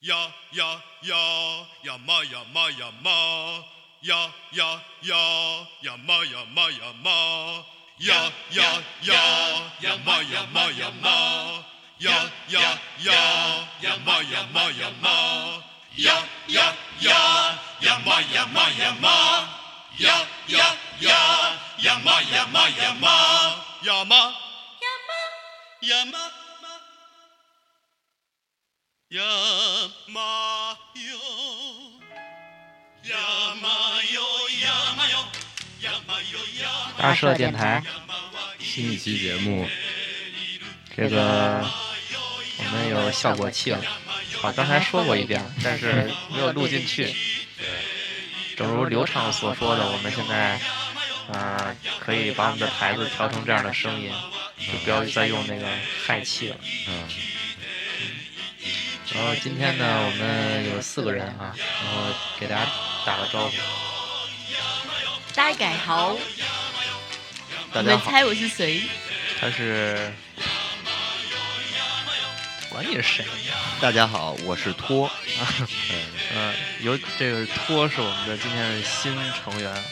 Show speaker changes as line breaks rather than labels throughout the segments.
呀呀呀呀嘛呀嘛呀嘛，呀呀呀呀嘛呀嘛呀嘛，呀呀呀呀嘛呀嘛呀嘛，呀呀呀呀嘛呀嘛呀嘛，呀呀呀呀嘛呀嘛呀嘛，呀呀呀呀嘛呀嘛呀嘛，呀嘛呀嘛山よ山よ山よ山よ山
大社电台
大社
新一期节目，这个我们有效果器了。好，刚才说过一遍，但是没有录进去。正如刘畅所说的，我们现在呃可以把我们的台子调成这样的声音，就不要再用那个氦气了。嗯
嗯，
然后今天呢，我们有四个人啊，然后给大家打个招呼，
大家好，
大
你
家
们
好，
猜我是谁？
他是。 管你是谁，
大家好，我是托。
嗯，有这个托是我们的今天的新成员，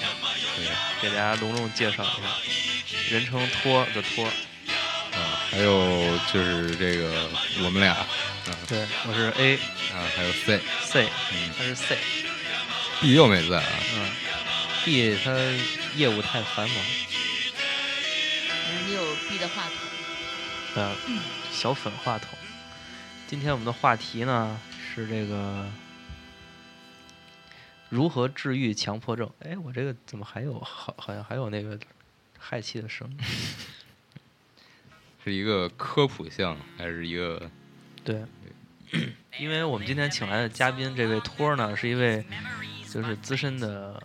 给大家隆重介绍一下，人称托的托，
啊，还有就是这个我们俩啊
对，我是 A
啊，还有 C
C，
嗯
他是 C，
B 又没在啊，
嗯，B 他业务太繁忙，
没有 B 的话筒，
嗯，小粉话筒。今天我们的话题呢是这个如何治愈强迫症。哎，我这个怎么还有好好像还有那个氦气的声音？
是一个科普项还是一个
对，因为我们今天请来的嘉宾这位托儿呢，是一位就是资深的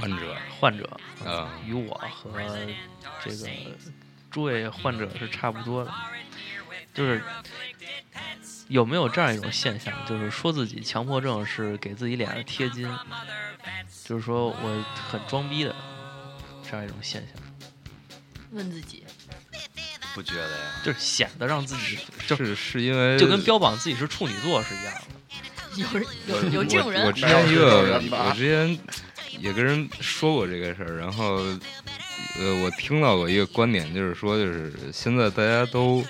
患者
患者，
啊？
与我和这个诸位患者是差不多的，就是有没有这样一种现象，就是说自己强迫症是给自己脸上贴金，就是说我很装逼的这样一种现象，
问自己，
不觉得呀？
就是显得让自己就是
是因为
就跟标榜自己是处女座是一样的。
有人有有这种
我
人
之，前一个
没有这种人吧
我之前也跟人说过这个事儿，然后呃，我听到过一个观点，就是说就是现在大家都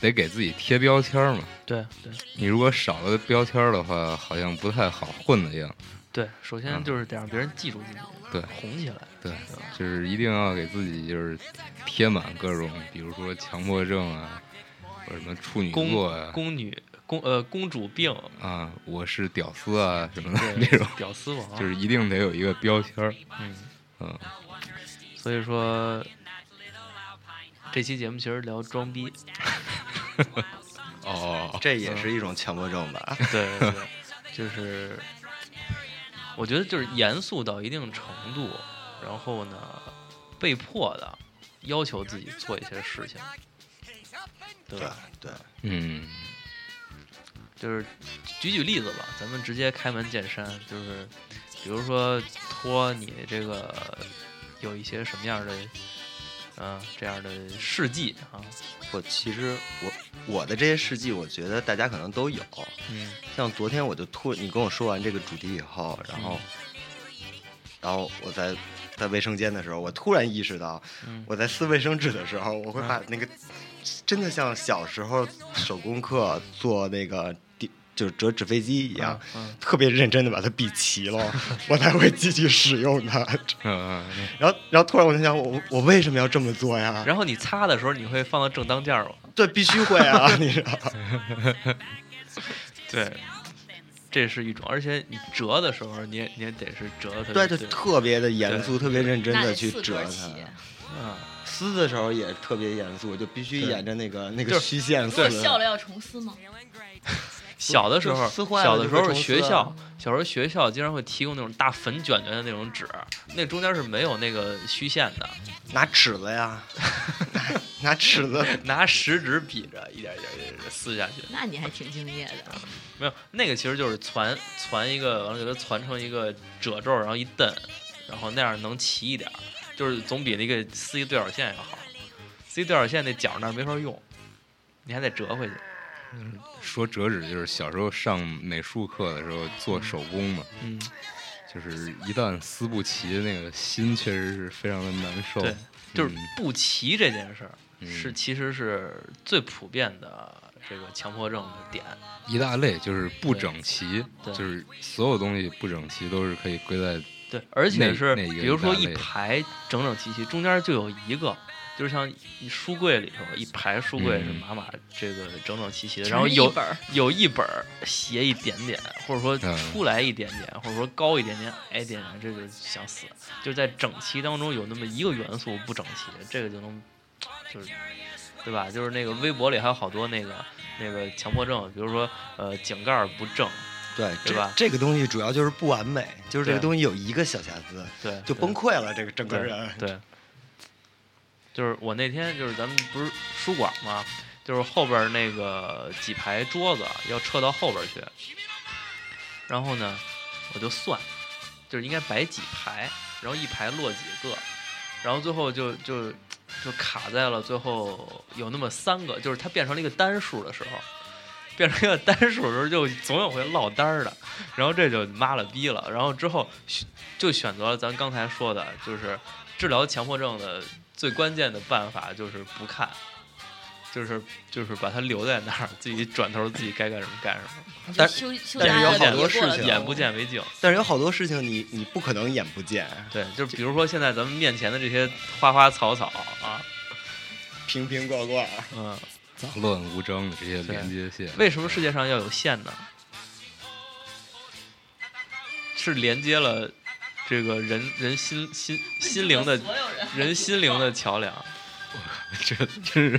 得给自己贴标签儿嘛，
对对
你如果少了标签儿的话，好像不太好混的样子。
对，首
嗯
先就是得让别人记住自己，
对
红起来。
对
吧
就是一定要给自己就是贴满各种，比如说强迫症啊，或者什么处女
公
座啊，
宫女公呃公主 病，
啊，我是屌丝啊什么的这
对
种，，
屌丝 王，
就是一定得有一个标签儿。
嗯。
嗯，
所以说，这期节目其实聊装逼，
哦，
这也是一种强迫症吧？
嗯对对对，就是我觉得就是严肃到一定程度，然后呢，被迫的要求自己做一些事情，对
对
吧？
对，
嗯，
就是举举例子吧，咱们直接开门见山，就是比如说托你这个有一些什么样的，嗯、这样的事迹啊，
我其实我我的这些事迹，我觉得大家可能都有。
嗯
像昨天我就突你跟我说完这个主题以后，然后、
嗯
然后我在在卫生间的时候，我突然意识到，
嗯，
我在撕卫生纸的时候，我会把那个、真的像小时候手工课做那个地就是折纸飞机一样。
嗯，
特别认真的把它比齐了， 我才会继续使用它。
呃，
然后，然后突然我就想，我我为什么要这么做呀？
然后你擦的时候，你会放到正当间儿吗？
对，必须会啊， 你知道？
对，这是一种，而且你折的时候，你也你也得是折的特别
对，就特别的严肃，特别认真
那
的
得
去
四
折
格
它
起。，
嗯，
撕的时候也特别严肃，就必须
对
沿着那个那
就
个
是
虚线
如
撕
果。笑了要重撕 吗？
小的时候，
就撕坏了
小的时
就
候
会重
学
撕啊
校，小时候学校经常会提供那种大粉卷卷的那种纸，那中间是没有那个虚线的，
拿尺 子呀，拿拿尺子。
拿食指比着一点一点一点一点撕下去。
那你还挺敬业的，
没有，那个其实就是攒攒一个，完了给它攒成一个褶皱，然后一蹬，然后那样能齐一点儿，就是总比那个撕一对角线要好。撕一对角线那角那儿没法用，你还得折回去。
说折纸就是小时候上美术课的时候做手工嘛，
嗯，
就是一旦撕不齐，那个心确实是非常的难受。
对，就是
嗯
不齐这件事儿、
嗯
是其实是最普遍的这个强迫症的点。
一大类，就是不整齐，
对
就是所有东西不整齐都是可以归在
对，而且
那
是
那一个
比如说
大
一
类
排整整齐齐，中间就有一个，就是像一书柜里头一排书柜是
嗯
码码这个整整齐齐的，
全
然后
是一
有
本儿
有一本儿斜一点点，或者说
嗯
出来一点点，或者说高一点点、矮一点点，这就想死。就在整齐当中有那么一个元素不整齐，这个就能就是。对吧？就是那个微博里还有好多那个那个强迫症，比如说呃井盖儿不正，
对，
对吧
这这个东西主要就是不完美，就是这个
对
东西有一个小瑕疵
对，
就
对
崩溃了，这个整个
对
人。
对，就是我那天就是咱们不是书馆嘛，就是后边儿那个几排桌子要撤到后边儿去，然后呢，我就算，就是应该摆几排，然后一排落几个，然后最后就就就卡在了最后有那么三个，就是它变成了一个单数的时候。变成一个单数的时候，就总有会落单儿的，然后这就妈了逼了，然后之后选就选择了咱刚才说的，就是治疗强迫症的最关键的办法就是不看，就是就是把它留在那儿，自己转头自己该干什么干什么，
你就
但
羞羞
但是
答了
有好
别
多
过
事
了
情
都
眼不见为净。
但是有好多事情你你不可能眼不见，
对，就是比如说现在咱们面前的这些花花草草啊，
瓶瓶罐罐。
嗯，
杂乱无章的这些
对
连接线。
为什么世界上要有线呢？是连接了这个人人心心心灵的
所有人
人心灵的桥梁。
这真是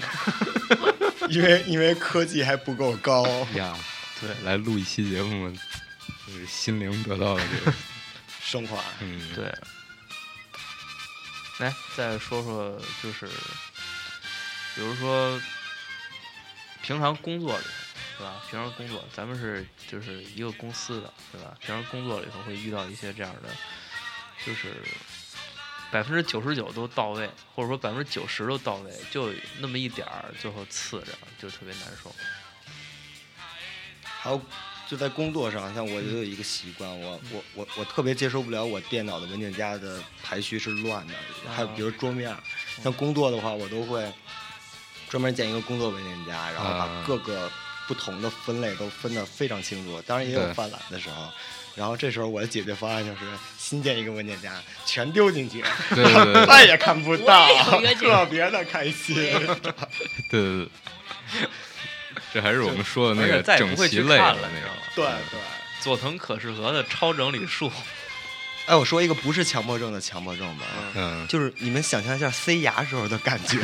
因为因为科技还不够高，
呀，对，来录一期节目，就是心灵得到了 这个，
升华。
嗯，
对，来再说说，就是比如说平常工作里，对吧？平常工作，咱们是就是一个公司的，对吧？平常工作里头会遇到一些这样的，就是百分之九十九都到位，或者说百分之九十都到位，就那么一点儿，最后次着，就特别难受。
还有就在工作上，像我就有一个习惯，我
嗯
我我我特别接受不了我电脑的文件夹的排序是乱的，
啊
还有比如桌面儿，
嗯
像工作的话，我都会专门建一个工作文件夹，然后把
啊
各个不同的分类都分得非常清楚。当然也有
对
犯懒的时候。然后这时候我的解决方案就是新建一个文件夹，全丢进 去，
对对对对
再也看不到
我也有一 个，这
特别的开心。
对对对， 这还是我们说的那
而
个
且再也
整
不会
齐
去
类
看
的
了，你
那
知道
个
吗。？
对对。
佐藤可士和的《超整理术》，
哎，我说一个不是强迫症的强迫症吧，
嗯，
就是你们想象一下塞牙时候的感觉，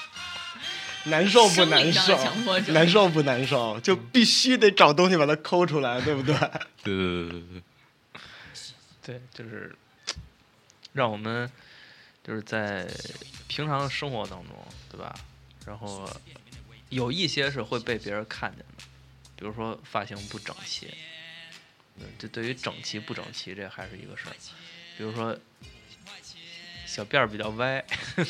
难受不
生理
难受
上的强迫？症
难受不难受？就必须得找东西把它抠出来，对不 对？
对对对对对，
对，就是让我们就是在平常的生活当中，对吧？然后有一些是会被别人看见的，比如说发型不整齐，嗯这对于整齐不整齐这还是一个事儿。比如说小辫儿比较歪，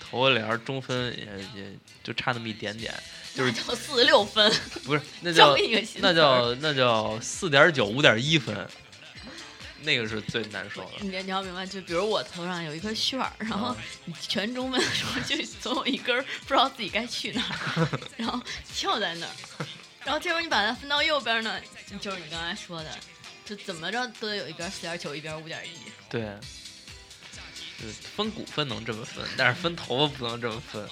头发帘儿中分也也就差那么一点点，
就是叫四十六分，
不是 那
教
叫
给你个心
那叫那叫四点九五点一分，那个是最难受的。
你你要明白，就比如我头上有一颗旋儿，然后
嗯
你全中文的时候就总有一根儿不知道自己该去哪儿，然后翘在那儿，然后这时候你把它分到右边呢，就就是你刚才说的，就怎么着都得有一边四点九，一边五点一。
对，就是分股份能这么分，但是分头发不能这么分。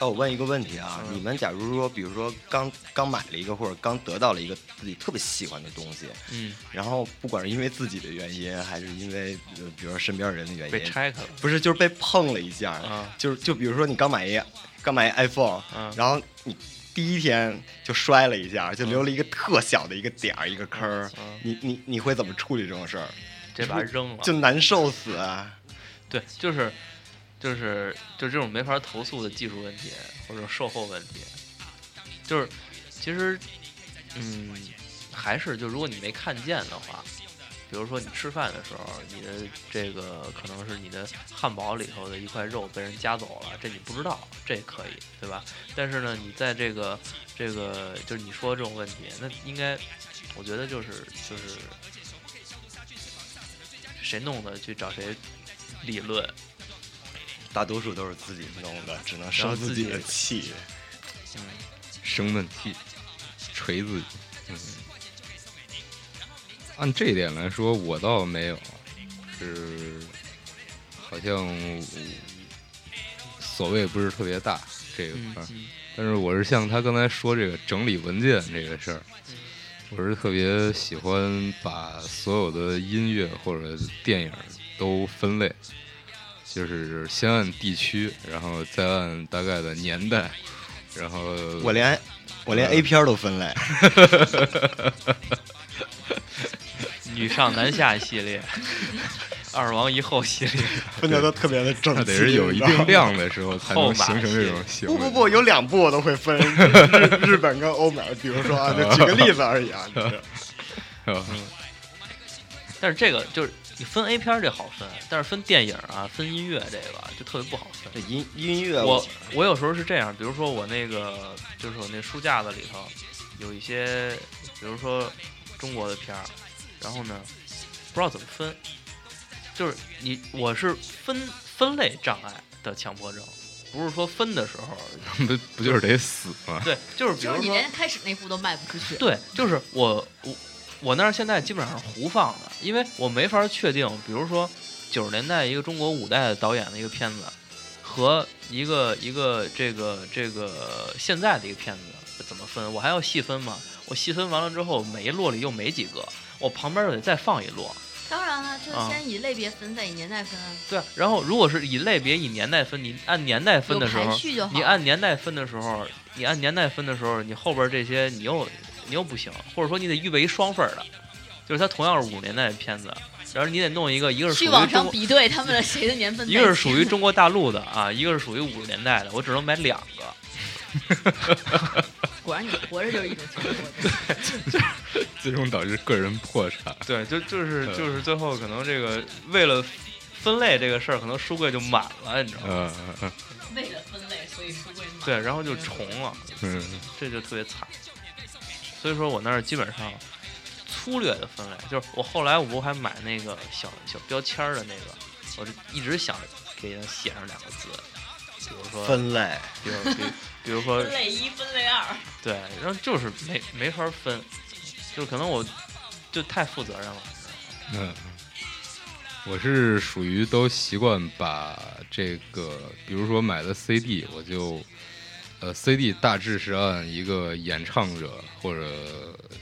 哎，我问一个问题啊，
嗯
你们假如说，比如说刚刚买了一个或者刚得到了一个自己特别喜欢的东西，
嗯，
然后不管是因为自己的原因，还是因为呃比如说身边人的原
被
因，
拆开了。
不是就是被碰了一下，
啊
就是就比如说你刚买一刚买一 iPhone，、
嗯
然后你第一天就摔了一下，就留了一个特小的一个点儿、一个坑儿，
嗯，
你你你会怎么处理这种事儿？
这把它扔了。
就难受死啊！
对，就是就是就是这种没法投诉的技术问题或者售后问题，就是其实嗯还是就如果你没看见的话，比如说你吃饭的时候，你的这个可能是你的汉堡里头的一块肉被人夹走了，这你不知道，这可以，对吧？但是呢，你在这个这个就是你说这种问题，那应该我觉得就是就是谁弄的去找谁理论，
大多数都是自己弄的，只能
然后
生
自
自
己
己的气。
嗯，
生闷气，锤自己。嗯，按这一点来说，我倒没有，是好像所谓不是特别大这个
嗯
块儿，但是我是像他刚才说这个整理文件这个事儿
嗯。
我是特别喜欢把所有的音乐或者电影都分类，就是先按地区，然后再按大概的年代，然后
我连我连 A 片儿都分 类，
女上男下系 列，二王一后系列，
分的都特别的整
那
齐，
得是有一
你知道
定
吗。
量的时候才
后
能
码
形成
是
这种行为。
不不 不，有两部我都会分，日日本跟欧美。比如说啊，就举个例子而已啊。就是
是吧
但是这个就是你分 A 片儿这好分，但是分电影啊、分音乐这个就特别不好分。
这音音乐
我我有时候是这样，比如说我那个就是我那书架子里头有一些，比如说中国的片儿，然后呢不知道怎么分，就是你我是分分类障碍的强迫症，不是说分的时候，
不不就是得死吗？
对，就是比
就是
如
你
说
连开始那步都迈不出去。
对，就是我我我那儿现在基本上是胡放的，因为我没法确定，比如说九十年代一个中国五代的导演的一个片子，和一个一个这个这个现在的一个片子怎么分，我还要细分嘛？我细分完了之后，每一摞里又没几个，我旁边又得再放一摞，
当然了，就
啊
先以类别分，再以年代分啊，
对啊。然后如果是以类别以年代分，你按年代分
有
的时
排
候，
序就好。
你按年代分的时候，你按年代分的时候，你后边这些你又你又不行，或者说你得预备一双份儿的，就是它同样是五十年代的片子，然后你得弄一个，一个是属
去
于
网
中
上
国，
比对他们的谁的年份在
一
前，
个是属于中国大陆的啊，一个是属于五十年代的，我只能买两个。
果然你活着就是一种强迫 症。
最终导致个人破产。
对，就就是
嗯
就是最后可能这个为了分类这个事儿，可能书柜就满了，你知道吗？
嗯嗯
为了分类，所以书柜满。
对，然后就重了。
嗯，
这就特别惨。所以说我那儿基本上粗略的分类，就是我后来我不还买那个小小标签儿的那个，我就一直想给它写上两个字，比如说，
分类，
比如比如比如说
分类一，分类二，
对，然后就是没没法分，就是可能我就太负责任了。
嗯，我是属于都习惯把这个，比如说买的 CD，我就呃 CD 大致是按一个演唱者或者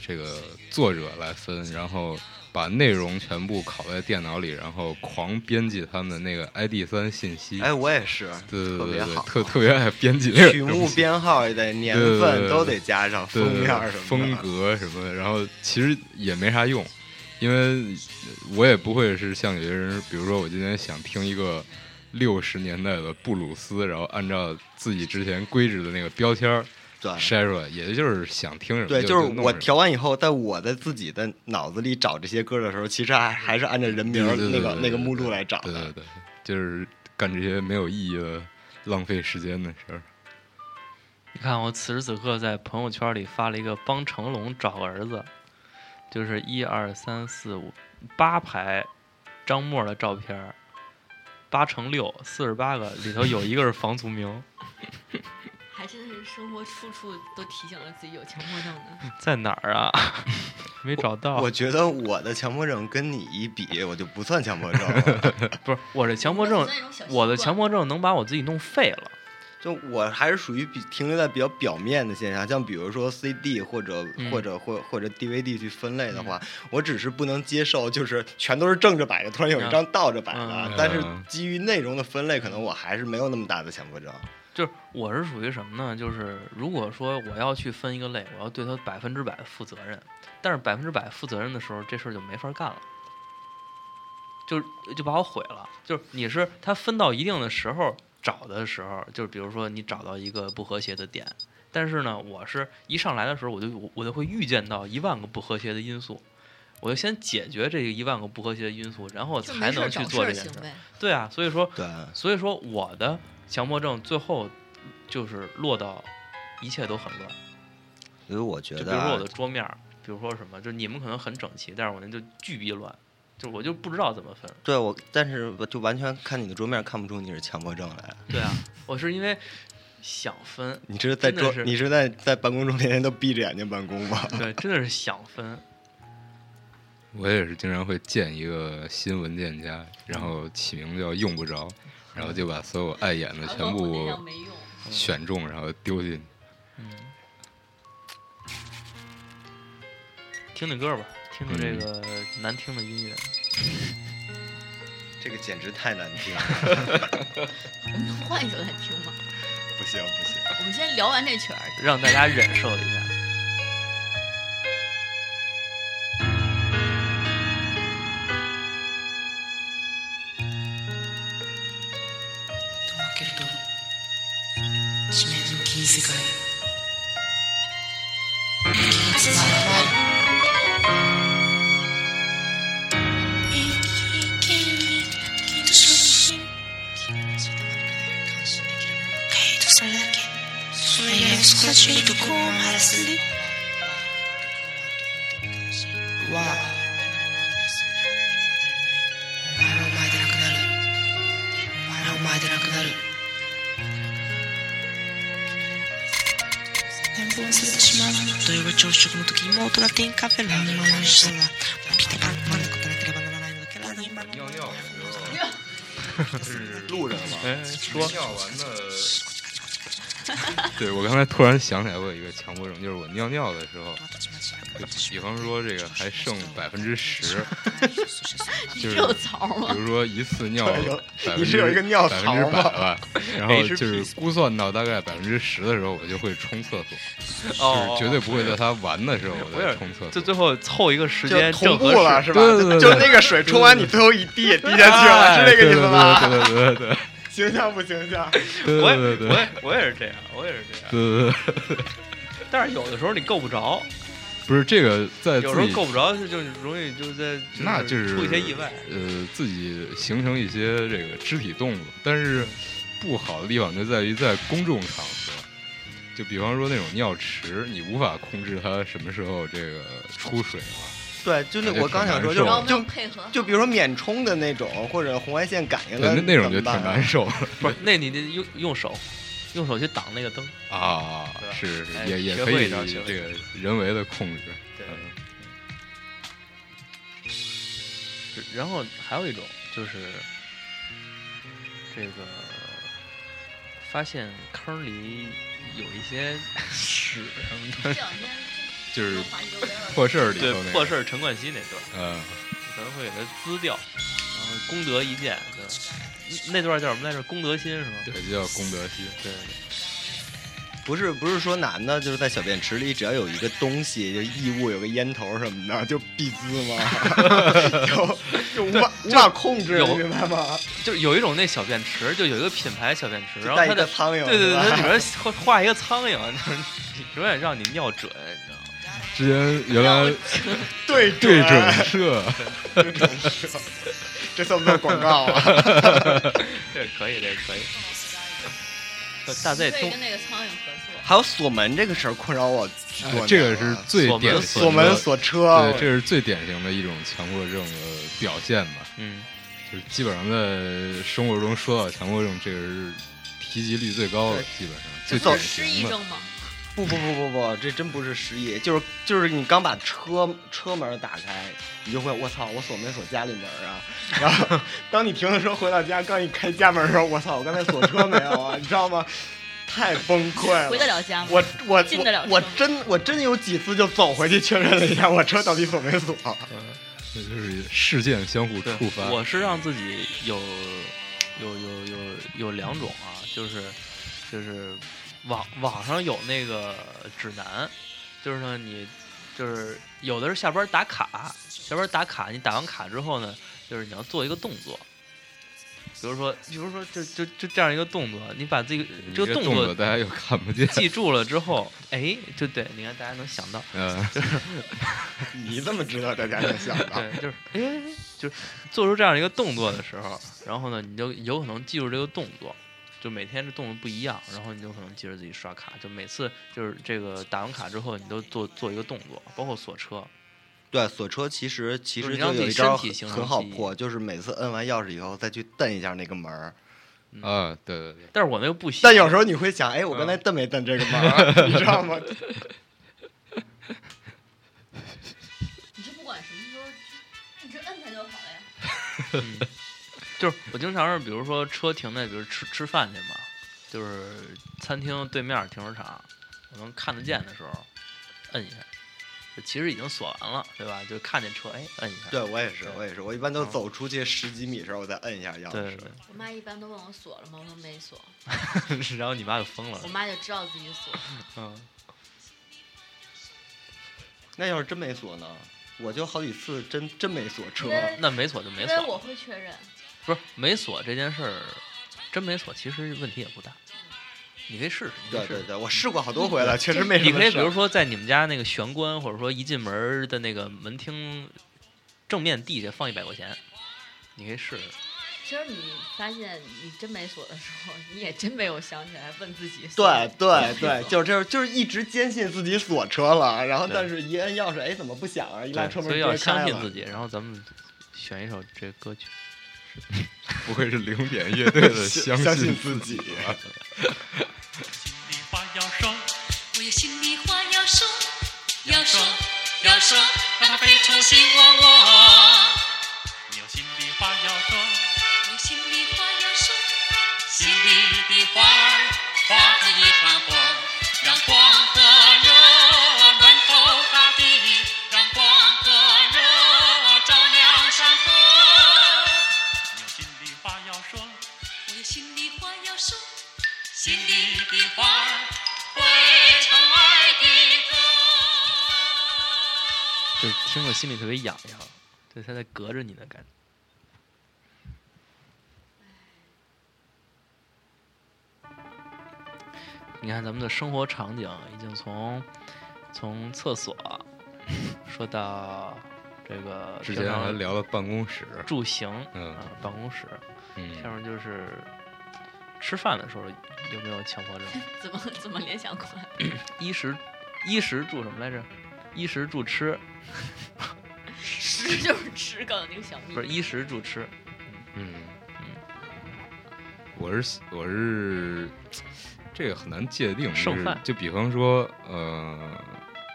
这个作者来分，然后把内容全部拷在电脑里，然后狂编辑他们的那个 ID 三信息。
哎，我也是，
对对
特
对
别
对
好，
特特别爱编辑这个
曲
东
目
西
编号也得，年
对对对
份
对
都得加上，
对
封面儿什么的。
风格什么的，然后其实也没啥用，因为我也不会是像有些人，比如说我今天想听一个六十年代的布鲁斯，然后按照自己之前规制的那个标签儿
对
筛出来，也就是想听什么
对，
就
就是
弄
我
什么
调完以后，在我的自己的脑子里找这些歌的时候，其实还还是按照人名儿
对对对
那个
对对
那个
对
目录来找
对对
的。
对，就是干这些没有意义的浪费时间的事儿。
你看，我此时此刻在朋友圈里发了一个帮成龙找儿子，就是一二三四五八排张默的照片儿，八乘六四十八个，里头有一个是房祖名，
还真是生活处处都提醒了自己有强迫症的。
在哪儿啊？ 没找到。
我觉得我的强迫症跟你一比，我就不算强迫症了。
不是我这强迫症，我的强
迫
迫症能把我自己弄废了。
就我还是属于比停留在比较表面的现象，像比如说 CD 或者、
嗯
或者或或者 DVD 去分类的话，我只是不能接受，就是全都是正着摆的，突然有一张倒着摆的。啊
嗯
但是
嗯
基于内容的分类，可能我还是没有那么大的强迫症。
就是我是属于什么呢？就是如果说我要去分一个类，我要对它百分之百负责任，但是百分之百负责任的时候，这事儿就没法干了，就就把我毁了。就是你是它分到一定的时候找的时候，就是比如说你找到一个不和谐的点，但是呢，我是一上来的时候我就我我就会预见到一万个不和谐的因素，我就先解决这一万个不和谐的因素，然后
就
才
没事
能
儿
去
找
做
事
这
儿
件
行
事儿。
呗。
对啊，所以说
对，
所以说我的强迫症最后就是落到一切都很乱，
因为我觉
就比
得
如说我
啊
的桌面儿，比如说什么，就你们可能很整齐，但是我那就巨逼乱，就我就不知道怎么 分。
对我，但是我就完全看你的桌面看不出你是强迫症来。
对啊，我是因为想分，
你是在
真的
桌，
是
你是在在办公中天天都闭着眼睛办公吗？
对，真的是想分。
我也是经常会建一个新文件夹，然后起名叫用不着，然后就把所有碍眼的
然后
全
啊我那
部
样没用，
选中，然后丢进去。
嗯，听听歌吧，听听这
嗯
个难听的音乐。
这个简直太难听了，
我们能换一首再听吗？
不行不行。
我们先聊完这曲儿，
让大家忍受一 下。
と分けると地面の金世界息が詰まらない生き生きにきっとその気持ちの中で感心できるものけどそれだけそれ以外は少しいいとこを晴らすわあお前はお前でなくなるお前はお前でなくなる連邦されてしまう土曜日朝食の時妹ラテンカフェラーメンを飲みしたらピタパンまだことなければならないのだけど今の
尿尿
录着呢吗？
哎，说
尿完的。对，我刚才突然想起来，我有一个强迫症，就是我尿尿的时候，就比方说这个还剩百分之十，就是
肉槽
比
吗？
如说一次尿
对有
百分
你
之
是有一个尿
百
槽
分之百
吗
了，然后就是估算到大概百分之十的时候，我就会冲厕所，
哦，
绝对不会在它完的时候我
我也
再
是
冲厕
就
所。
最后凑一个时
就
间
同
正
步
合
了
适。
是吧？
对对对
就是那个水冲完你最后一滴也滴下去了，
哎
是这个意思吧？
对对对对
形象不形象？
对
我也
对对对
我也我也是这样，我也是这样。
对对，
但是有的时候你够不着，
不是这个在
有
自
时候
己
够不着是就是容易就在
呃那就是
出一些意外。
呃，自己形成一些这个肢体动作，但是不好的地方就在于在公众场合，就比方说那种尿池，你无法控制它什么时候这个出水了。
对，就那
感觉
我刚想说，
挺
就
然后我
难受
们
就
能配合，
就比如说免冲的那种，或者红外线感应
对
的，
那那种就
怎么
挺
办啊
难受
不是，那你得用用手，用手去挡那个灯。
啊
对吧，
是是
哎
也也
学
可
会
以
一招学会
这个人为的控制。
对
嗯
然后还有一种就是这个发现坑里有一些屎什么的，
这两天
就是
环球有点儿
破事儿里
对
头那个
破事儿陈冠希那段。
嗯，
可能会给他滋掉，然后功德一件，对吧，那那段叫什么来着？功德心是吗？
对，就叫功德心。
对，
不是不是说男的，就是在小便池里，只要有一个东西，就异物，有个烟头什么的，就必滋 嘛，就就无法无法控制，
有
你明白吗？
就是有一种那小便池，就有一个品牌小便池，
就
然后
带
它
一个
的
苍蝇，
对对对，
是
它里
吧？
边画画一个苍蝇，就是永远让你尿准，你知道吗？
之前原来
对
对准
准，
射，
这算不算广告啊？
这可以，这可以。大 Z
所以
中
跟那个苍蝇合作。
还有锁门这个事儿困扰我巨多年了，
哎
哎
这个是最
锁门
典型的。
锁门锁车
对，，
哦
这是最典型的一种强迫症的表现吧，
嗯，
就是基本上在生活中说到强迫症，这个是提及率最高的，基本上最典
是失忆
型的
症。吗？
不不不不不，这真不是失忆，就是就是你刚把车车门打开，你就会我操，我锁没锁家里门 啊？然后当你停的时候回到家，刚一开家门的时候，我操，我刚才锁车没有啊？你 知道吗？太崩溃了。
回得了家吗？
我我
进得了车
我我真我真有几次就走回去确认了一下我车到底锁没锁。
嗯
这就是事件相互
对
触发。，
我是让自己有有有有有两种啊，就是就是网网上有那个指南，就是呢你就是有的是下班打卡，下班打卡，你打完卡之后呢，就是你要做一个动作，比如说，比如说就就就这样一个动作，你把这个
你
嗯这个
动
动作
大家又看不见，
记住了之后，哎，就对，你看大家能想到，
嗯，
你怎么知道大家能想啊到？
对，就是哎，就是做出这样一个动作的时候，然后呢，你就有可能记住这个动作，就每天这动作不一样，然后你就可能记着自己刷卡，就每次就是这个打完卡之后，你都做做一个动作，包括锁车，
对，锁车其实其
就
实
是
就
你让
有
自
一
己
招
身体
很
形
很
成
好
记忆
破，就是每次摁完钥匙以后再去蹬一下那个门儿。
嗯
啊，对对对，
但是我那个不行，
但有时候你会想，哎，我刚才蹬没蹬这个门儿，啊你知道吗？
你就不管什么时候，一直摁它就好了呀。
嗯就是我经常是，比如说车停在，比如吃吃饭去嘛，就是餐厅对面停车场，我能看得见的时候，摁一下。就其实已经锁完了，对吧？就看见车，哎，摁一下。
对我也是，我也是，我一般都
嗯
走出去十几米的时候，我再摁一下钥匙。
对对
我妈一般都问我锁了吗？我说没锁，
对， 然后你妈就疯了
我。妈就知道自己锁。
嗯，
那要是真没锁呢？我就好几次真真没锁车
因，为
那没锁就没
因为我
锁，
会确认，
不是没锁这件事儿，真没锁其实问题也不大。你可以试试，你可以
对
试
对
试。
对，我试过好多回了，确实没什
你
么啊
可以
事
比
儿
如说在你们家那个玄关，或者说一进门儿的那个门厅正面地下放一百块钱，你可以试试。
其实你发现你真没锁的时候，你也真没有想起来问自己锁。
对对对，就是这，就是一直坚信自己锁车了，然后
对
但是一摁钥匙，哎，怎么不响啊？一拉
对，
车门
所以要
直接开
相信
了
自己。然后咱们选一首这个歌曲，
不会是零点乐队的
相
相
信
信
自己啊
己吧？
你话要说，
我有心里话要说，要说，
要说，
让它飞出心窝窝。
你有心里话要说，
我有心里话要说，
心里的话儿，花自己传播，让光和热暖透大地，让光和热照亮山河。你有心里话要说，
我有心里话要说，
心里的花儿汇成爱的歌。
就是听着心里特别痒痒，就是它在隔着你的感觉。你看咱们的生活场景已经从从厕所 说到这个
之
平
前
常
还聊了办公室，
住行，
嗯
啊，办公室，下
嗯，
面就是吃饭的时候有没有强迫症？
怎么怎么联想过来？
衣食衣食住什么来着？衣食住吃，
吃就是吃，告诉你个小秘密。
不是衣食住吃，
嗯，我是我是这个很难界定，
剩
就是
饭
就比方说，呃，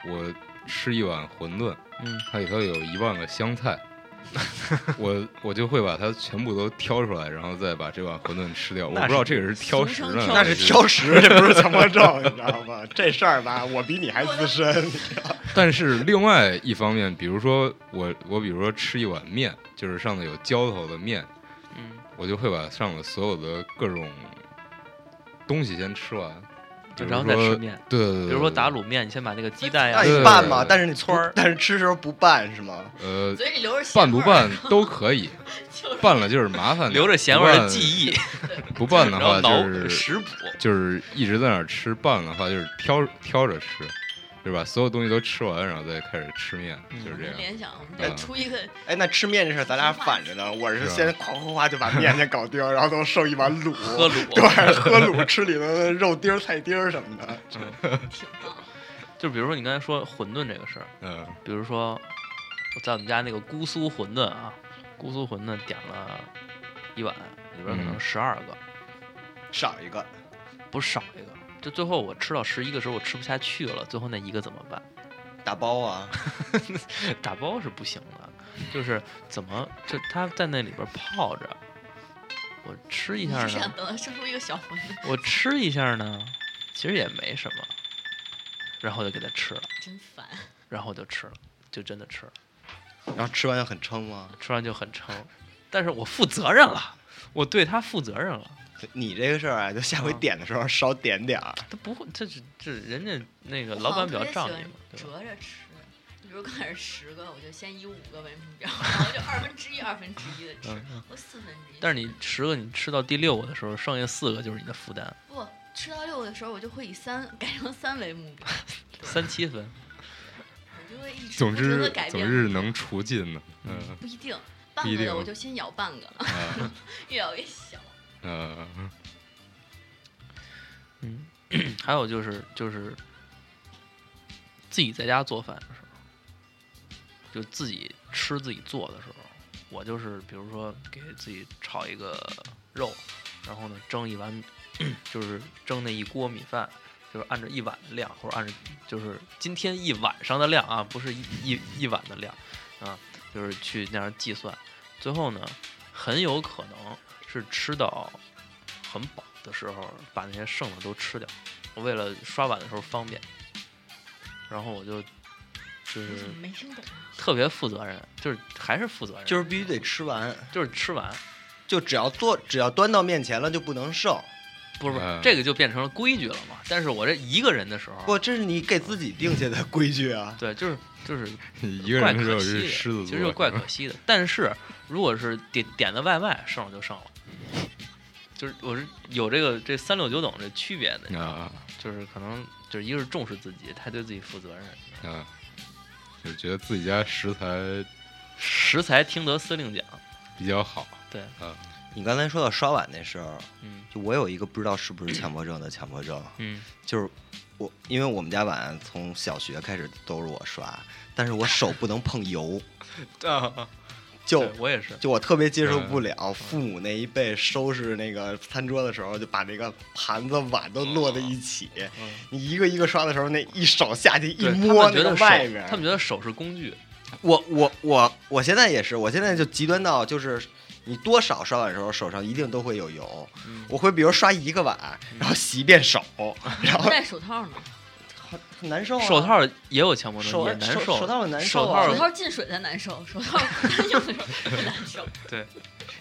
我吃一碗馄饨，
嗯，
它里头有一万个香菜，我我就会把它全部都挑出来，然后再把这碗馄饨吃掉。我
那
不知道
是
这个是挑食
俗
呢，
称
那
还
是挑食，这不是强迫症，你知道吗？这事儿吧，我比你还资深。
但是另外一方面，比如说我我比如说吃一碗面，就是上头有浇头的面，
嗯，
我就会把上面所有的各种东西先吃完，比如
然后再吃
说
面。
对对对对，
比如说打
卤，
卤面，你先把那个鸡蛋啊呀、
哎那
对
你拌嘛，但是你不
村儿
但是吃时候不拌是吗？
呃，
嘴里留着咸
拌不
味 儿
拌都可以，
就是
拌了就是麻烦点，
留着咸味儿的记忆，
忆，不拌的
然后
话
脑
就是
食谱。
就是一直在那儿吃，拌的话就是挑挑着吃，对吧？所有东西都吃完，然后再开始吃面，
嗯
就是
我
这
们
样。
联想，我们得
嗯
出一个
哎，那吃面这事儿咱俩反着呢，我是
是啊
先夸夸夸就把面先搞定，然后都剩一碗卤，
喝卤
对，喝卤吃里头的肉丁儿、菜丁儿什么的。
挺棒。
就比如说你刚才说馄饨这个事儿，
嗯，
比如说我在我们家那个姑苏馄饨啊，姑苏馄饨点了一碗，里边可能
嗯
十二个，
少一个，
不是少一个。就最后我吃到十一个时候，我吃不下去了，最后那一个怎么办？
打包啊，
打包是不行的，就是怎么就它在那里边泡着，我吃一
你
下
是想
呢，
等它生出一个小馄饨，
我吃一下呢，其实也没什么，然后就给它吃了，
真烦。
然后就吃了，就真的吃了，
然后吃完就很撑吗？
吃完就很撑，但是我负责任了，我对它负责任了，
你这个事儿啊，就下回
嗯
点的时候少点点儿。
他不会，这是这人家那个
我
老
好
板
像
比较
哦特
仗
别喜
义
欢
嘛，对吧？
折着吃，你比如刚开始十个，我就先以五个为目标，然后就二分之一、二分之一的吃
嗯，嗯
或四分之 一。
但是你十个你吃到第六个的时候，剩下四个就是你的负担，
不吃到六个的时候，我就会以三改成三为目标，
三七分。
我就会一直
总
不停地
之
改
总
变。
之是能除尽的， 嗯
不一定，半
不一
个的
定
我就先咬半个，
啊
越咬越小。
呃
嗯，还有就是就是自己在家做饭的时候，就自己吃自己做的时候，我就是比如说给自己炒一个肉，然后呢蒸一碗， 就是蒸那一锅米饭。就是按照一碗的量，或者按照就是今天一晚上的量啊，不是一一一碗的量啊，就是去那样计算，最后呢，很有可能是吃到很饱的时候，把那些剩的都吃掉。我为了刷碗的时候方便，然后我就就是
怎么没听懂啊？
特别负责任，就是还是负责任，
就是必须得吃完，
就是吃完，
就只要做，只要端到面前了就不能剩。
不是不是
嗯，
这个就变成了规矩了嘛。但是我这一个人的时候，
不，这是你给自己定下的规矩啊。
对，就是就是
一个
怪
人的时
可
候
惜
是
的，
狮子座，
其实就怪可惜的。但是如果是点点的外卖，剩了就剩了。就是我是有这个这三六九等这区别
嗯
的，
啊
就是可能就是一个是重视自己，太对自己负责任，
啊，就是觉得自己家食材
食材听得司令讲，
比较好，
对，
啊
你刚才说到刷碗那事儿，
嗯
就我有一个不知道是不是强迫症的强迫症，
嗯，
就是我因为我们家碗从小学开始都是我刷，但是我手不能碰油，
啊，
就
对我也是，
就我特别接受不了父母那一辈收拾那个餐桌的时候，就把那个盘子碗都摞在一起，
嗯，
你一个一个刷的时候，那一手下去一
对
摸
他们觉
那个
得手
外面，
他们觉得手是工具，
我我我我现在也是，我现在就极端到就是。你多少刷碗的时候，手上一定都会有油。
嗯
我会比如刷一个碗，然后洗一遍 手，然
不
后
戴手套呢？
很很难受、啊。
手套也有强迫症，
手
也难
手
受，
手套很难受
手
啊
手
套
套进水才难受，手套用的时候更难受。
对，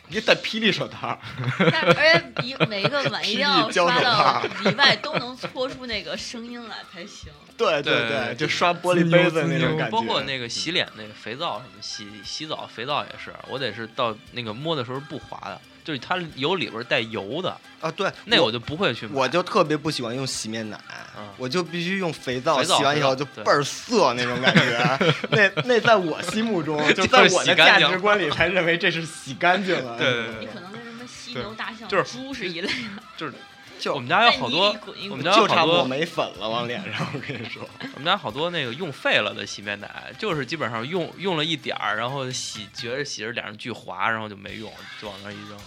你戴霹雳手套，
但而且一每一个碗一定 要
霹雳胶
刷
手
到
套
啊
里外都能搓出那个声音来才行。
对
对对
对，
对
就刷玻璃杯子那种感觉。
嗯
嗯
包括那个洗脸那个肥皂什么洗洗澡肥皂也是，我得是到那个摸的时候不滑的，就是它有里边儿带油的，
啊，对，
那
我
我就不会去买，
我就特别不喜欢用洗面奶，
嗯
我就必须用肥皂，
肥皂
洗完以后就
肥皂
倍儿涩那种感 觉。那那在我心目中，就在我的价值观里，才认为这是洗干净了。
对对对
你可能跟什么犀牛、大象、
就是
猪是一 类的，
就是
就
我们家有好多
在泥里滚一，滚
我们家有
就
好
差
多
抹眉粉了，往脸上。我跟你说，
我们家好多那个用废了的洗面奶，就是基本上用用了一点儿，然后洗觉着洗着脸上巨滑，然后就没用，就往那儿一扔。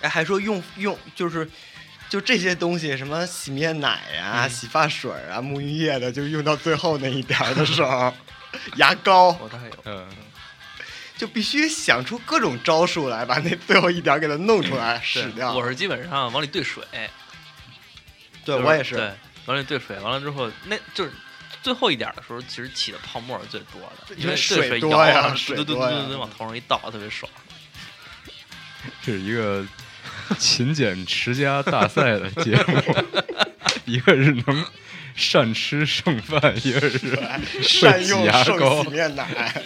哎，还说用用就是。就这些东西，什么洗面奶啊、
嗯
洗发水啊、沐浴液的，就用到最后那一点儿的时候，牙膏
我这还有，
嗯
就必须想出各种招数来，把那最后一点儿给它弄出来，使
对，
掉。
我是基本上往里兑水，
对
就
我也是，
对，往里兑水，完了之后，那就是最后一点儿的时候，其实起的泡沫是最多的，因为
水
兑水
多
摇
呀
啊，嘟
水
嘟嘟嘟
多呀
嘟嘟往头上一倒，特别爽。
这是一个勤俭持家大赛的节 目，一个是能善吃剩饭，一个是会
善
挤
用
牙膏
剩洗，面奶。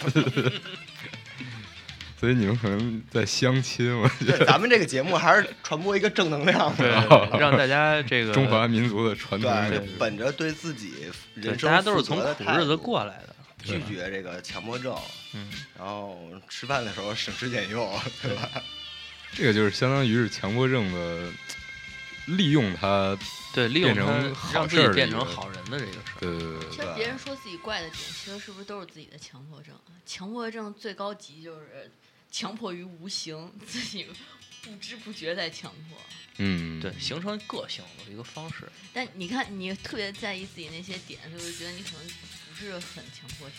所以你们可能在相亲，我觉
对，咱们这个节目还是传播一个正能量
对
的。，
让大家这个
得中华民族的传统美
对，
德
就本着对自己
对
人生
大家都是从
负责的
苦
态
日子
度
过来的，
拒绝这个强迫症，
嗯，
然后吃饭的时候省吃俭 用，对吧？
这个就是相当于是强迫症的利用它，
对，利用
变成
它让
好
自
事
己
儿
变
里
成
的
好人的这个事儿。
对对对对
其实别人说自己怪的点，其实是不是都是自己的强迫症啊？强迫症最高级就是强迫于无形，自己不知不觉在强迫。
嗯，
对，形成个性的一个方式，
但你看，你特别在意自己那些点，就是觉得你可能不是很强迫型。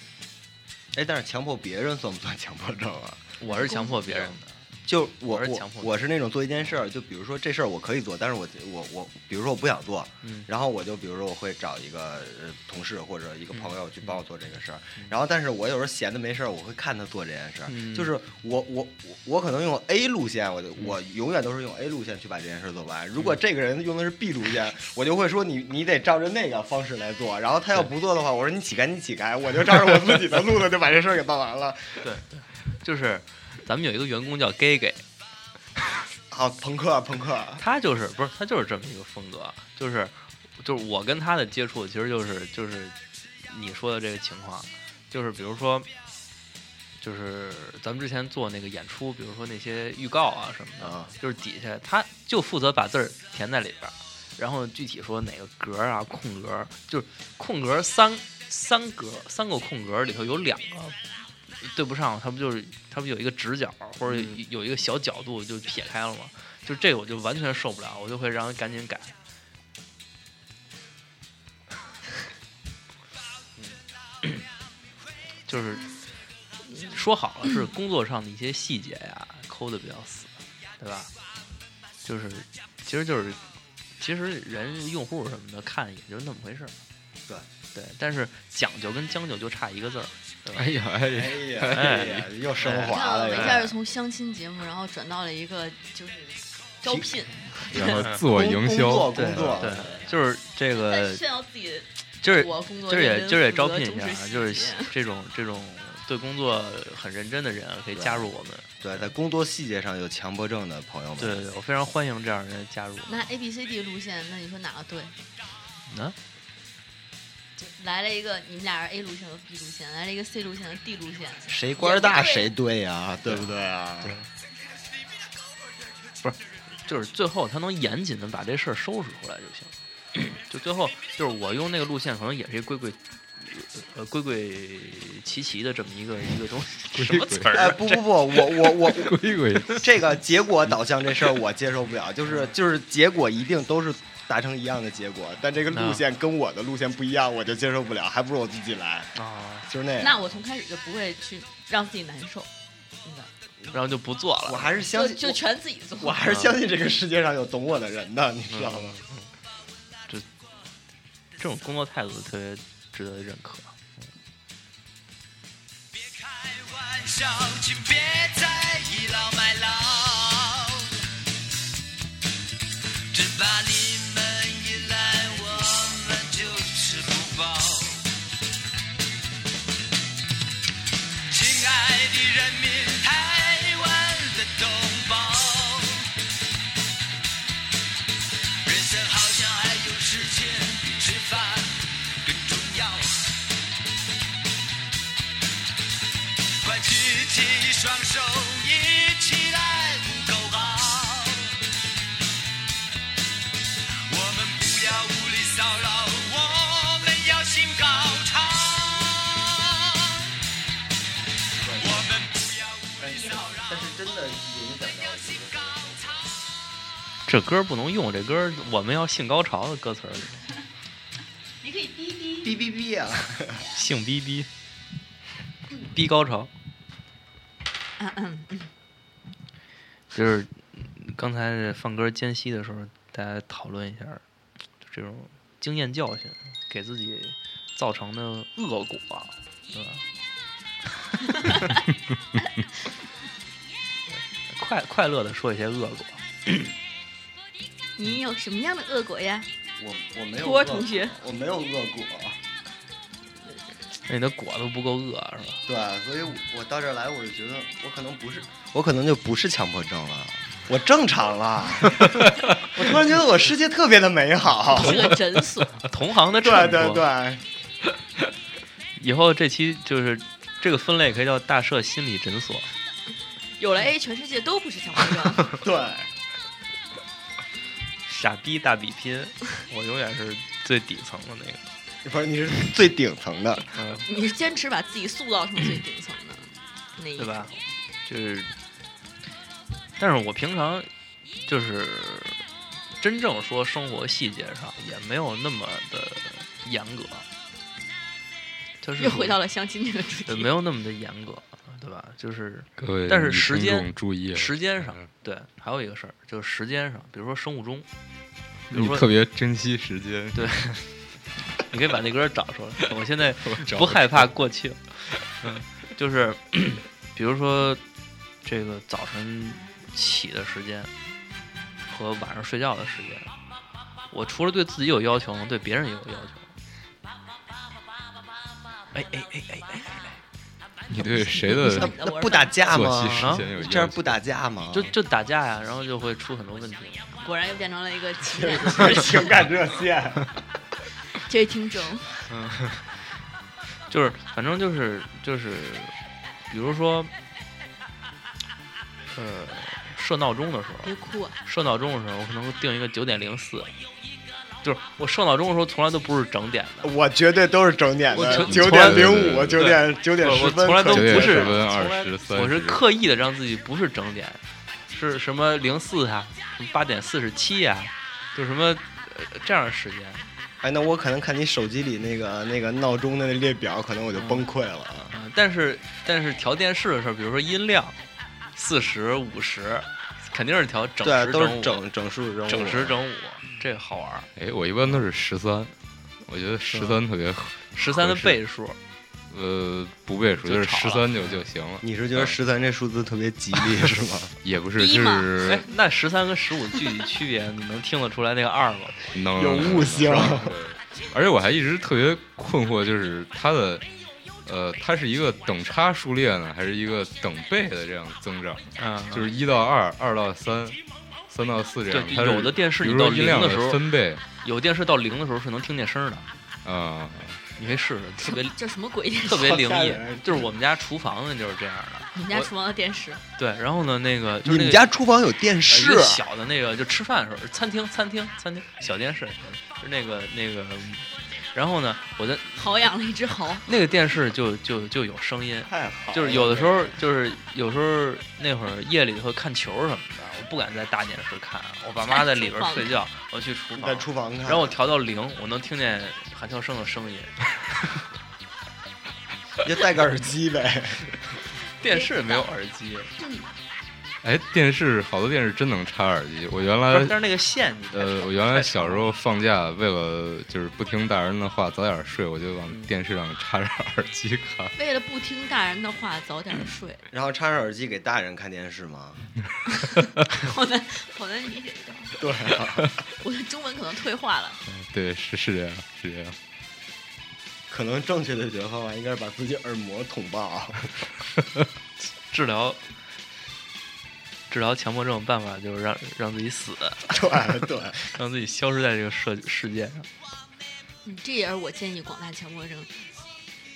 哎，但是强迫别人算不算强迫症啊？
我是强迫别人的，
就我
我是
我
强迫症
我是那种做一件事儿，就比如说这事儿我可以做，但是我我我，比如说我不想做，
嗯
然后我就比如说我会找一个呃同事或者一个朋友去帮我做这个事儿，然后但是我有时候闲的没事儿，我会看他做这件事儿，
嗯
就是我我我我可能用 A 路线，我就我永远都是用 A 路线去把这件事儿做完。如果这个人用的是 B 路线，我就会说你你得照着那个方式来做，然后他要不做的话，我说你起开你起开，我就照着我自己的路子就把这事儿给办完了。
就是咱们有一个员工叫 gay gay，
好，朋克朋克，
他就是不是他就是这么一个风格，就是就是我跟他的接触其实就是就是你说的这个情况，就是比如说就是咱们之前做那个演出，比如说那些预告啊什么的，
啊
就是底下他就负责把字儿填在里边儿，然后具体说哪个格儿啊空格儿，就是空格儿三三格三个空格儿里头有两个。对不上，他不就是他不有一个直角，或者有有一个小角度就撇开了吗？就这个我就完全受不了，我就会让人赶紧改。 就是说好了是工作上的一些细节呀，抠的比较死，对吧？就是，其实就是，其实人用户什么的看也就那么回事儿，
对
对。但是讲究跟将就就差一个字儿，
哎呀哎
哎
呀，
呀哎呀，又升
你哎看
华
我
了
们一
又。
下就从相亲节目，然后转到了一个就是招聘，
然后自我营
工作
哎
销，
工作
对，就是这
在
个，
炫耀自己的
呃就是
我工作
就是也
认真
就是也
负
招
责
聘一
忠
下
实
啊，
细
就是
节
这种这种对工作很认真的人啊，可以加入我们。
对，在工作细节上有强迫症的朋友们，
对对对，我非常欢迎这样的人加入。
那 A B C D 路线，那你说哪个对？
啊
就来了一个，你们俩是 A 路线和 B 路线，来了一个 C 路线和 D 路线，
谁官儿大谁对呀、对不对啊？
就是最后他能严谨的把这事儿收拾出来就行。就最后就是我用那个路线，可能也是一规规呃规规齐齐的这么一个一个东西，什么词儿
哎，
啊？
不不不，我我我
鬼鬼，
这个结果导向这事儿我接受不了，就是就是结果一定都是达成一样的结果，但这个路线跟我的路线不一样，我就接受不了，还不如我自己来，
啊
就是那样。
那我从开始就不会去让自己难受，
然后就不做
我
了。嗯
还是相
就
信，
就全自己做。
我我还是相信这个世界上有懂我的人的，你知道吗？
嗯这种工作态度特别值得认可。
别开玩笑，请别再倚老卖老，只怕你们依赖我们就吃不饱。亲爱的人民，台湾的同胞，人生好像还有时间比吃饭更重要。快举起双手，一起来呼口号！我们不要无理骚扰，我们要心高潮。我们不要无理骚扰，
但是真的影响到
心高潮。
这歌不能用，这歌我们要性高潮的歌词儿，
你可以滴滴，
哔哔哔啊！
性逼逼，逼高潮。就是刚才放歌间隙的时候，大家讨论一下，就这种经验教训，给自己造成的恶果，对吧？ 快快乐的说一些恶果，
你有什么样的恶果呀？
我我没有
托
恶
同学，
我没有恶果，
那你的果都不够恶是吧？
对，所以我我到这儿来，我就觉得我可能不是，我可能就不是强迫症了，我正常了。 我突然觉得我世界特别的美好。
哦
是个诊所，
啊同行的衬
对
托，
对对，
以后这期就是这个分类可以叫大社心理诊所。
有了 A，全世界都不是强迫 症。
对，
傻逼大比拼，我永远是最底层的那个。
不是你是最顶层的，
嗯，
你是坚持把自己塑造成最顶层的那一
对吧
种？
就是，但是我平常就是真正说生活细节上也没有那么的严格，就是
又回到了相亲这个主
对
题。
没有那么的严格。嗯对吧？就是
各位
但是
女
时
听
间
众注意了，
时间上
嗯，
对，还有一个事儿就是时间上，比如说生物钟，比如
你
说
特别珍惜时间，
对，你可以把那歌儿找出来。我现在
我找
不害怕过气，嗯， 就是比如说这个早晨起的时间和晚上睡觉的时间，我除了对自己有要求，对别人也有要求。哎哎哎哎哎，
你对谁的
你
作
想
那不打架
息
吗？
时间有要
这样
求
不打架吗？
就就打架呀，然后就会出很多问题。
果然又变成了一个情感
情感热线。
这位听众，
就是反正就是就是，比如说，呃，设闹钟的时候
别，哭啊！
设闹钟的时候，我可能会定一个九点零四，就是我设闹钟的时候从来都不是整点的，
我绝对都是整点
我
的，
从
九点零五、
对
九点九点
我
十
我
分可以，
从来都
九
不是
点十分
从来
20 30
我是刻意的让自己不是整点，是什么零四啊，什么八点四十七呀，就什么、呃这样的时间。
哎，那我可能看你手机里那个那个闹钟的那列表，可能我就崩溃了啊！
嗯，但是但是调电视的时候，比如说音量，四十五十，肯定是调整
对，
十
都是
五
整整数整
整十
数。
整五，这个好玩儿。
哎，我一般都是十三，我觉得十三特别合
十三的
合适
倍数，
呃不背书，
就
就是
吵
十
了嗯
三就就行了，
你是觉得十三这数字特别吉 利是吗？
也不是
低
就
嘛
是
哎，那十三跟十五具体区别，你能听得出来那个二吗？
能
有悟性。
对而且我还一直特别困惑，就是它的，呃，它是一个等差数列呢，还是一个等倍的这样增长？
嗯，
就是一到二，二到三，三到四这样。
对
它是
有的电视
比
你
如说
到
音
零
量
的时候
分贝
有电视到零的时候是能听见声儿的，
啊，
你可以试试，特 别
这什么鬼电视？
特别灵
吓
异
人。
就是我们家厨房呢就是这样的，
你们家厨房的电视，
对，然后呢那个就是那
你们
个
家厨房有电
呃一
视
个？小的那个，就吃饭的时候，餐厅餐厅餐厅小电视，就是那个那个，然后呢，我在
好养了一只猴，
那个电视就就就有声音，
哎
太好了，
就是有的时候，就是有时候那会儿夜里头看球什么的，我不敢在大电视看，我爸妈在里边睡觉，我去厨
你在
房，
厨房看。
然后我调到零，我能听见韩乔生的声音。
就戴个耳机呗。
电视没有耳机，
哎，电视好多电视真能插耳机。我原
不是
呃
来
但是那个线你得
呃，我原来小时候放假，为了就是不听大人的话，早点睡，我就
嗯
往电视上插着耳机看。
为了不听大人的话，早点 睡。
然后插上耳机给大人看电视吗？
好难，好难理解这个。
对啊，
我的中文可能退化了。
嗯
对，是是这样，是这样。
可能正确的解决方法应该是把自己耳膜捅爆。
治疗治疗强迫症的办法就是让让自己死，
对对，
让自己消失在这个世世界上，
嗯，这也是我建议广大强迫症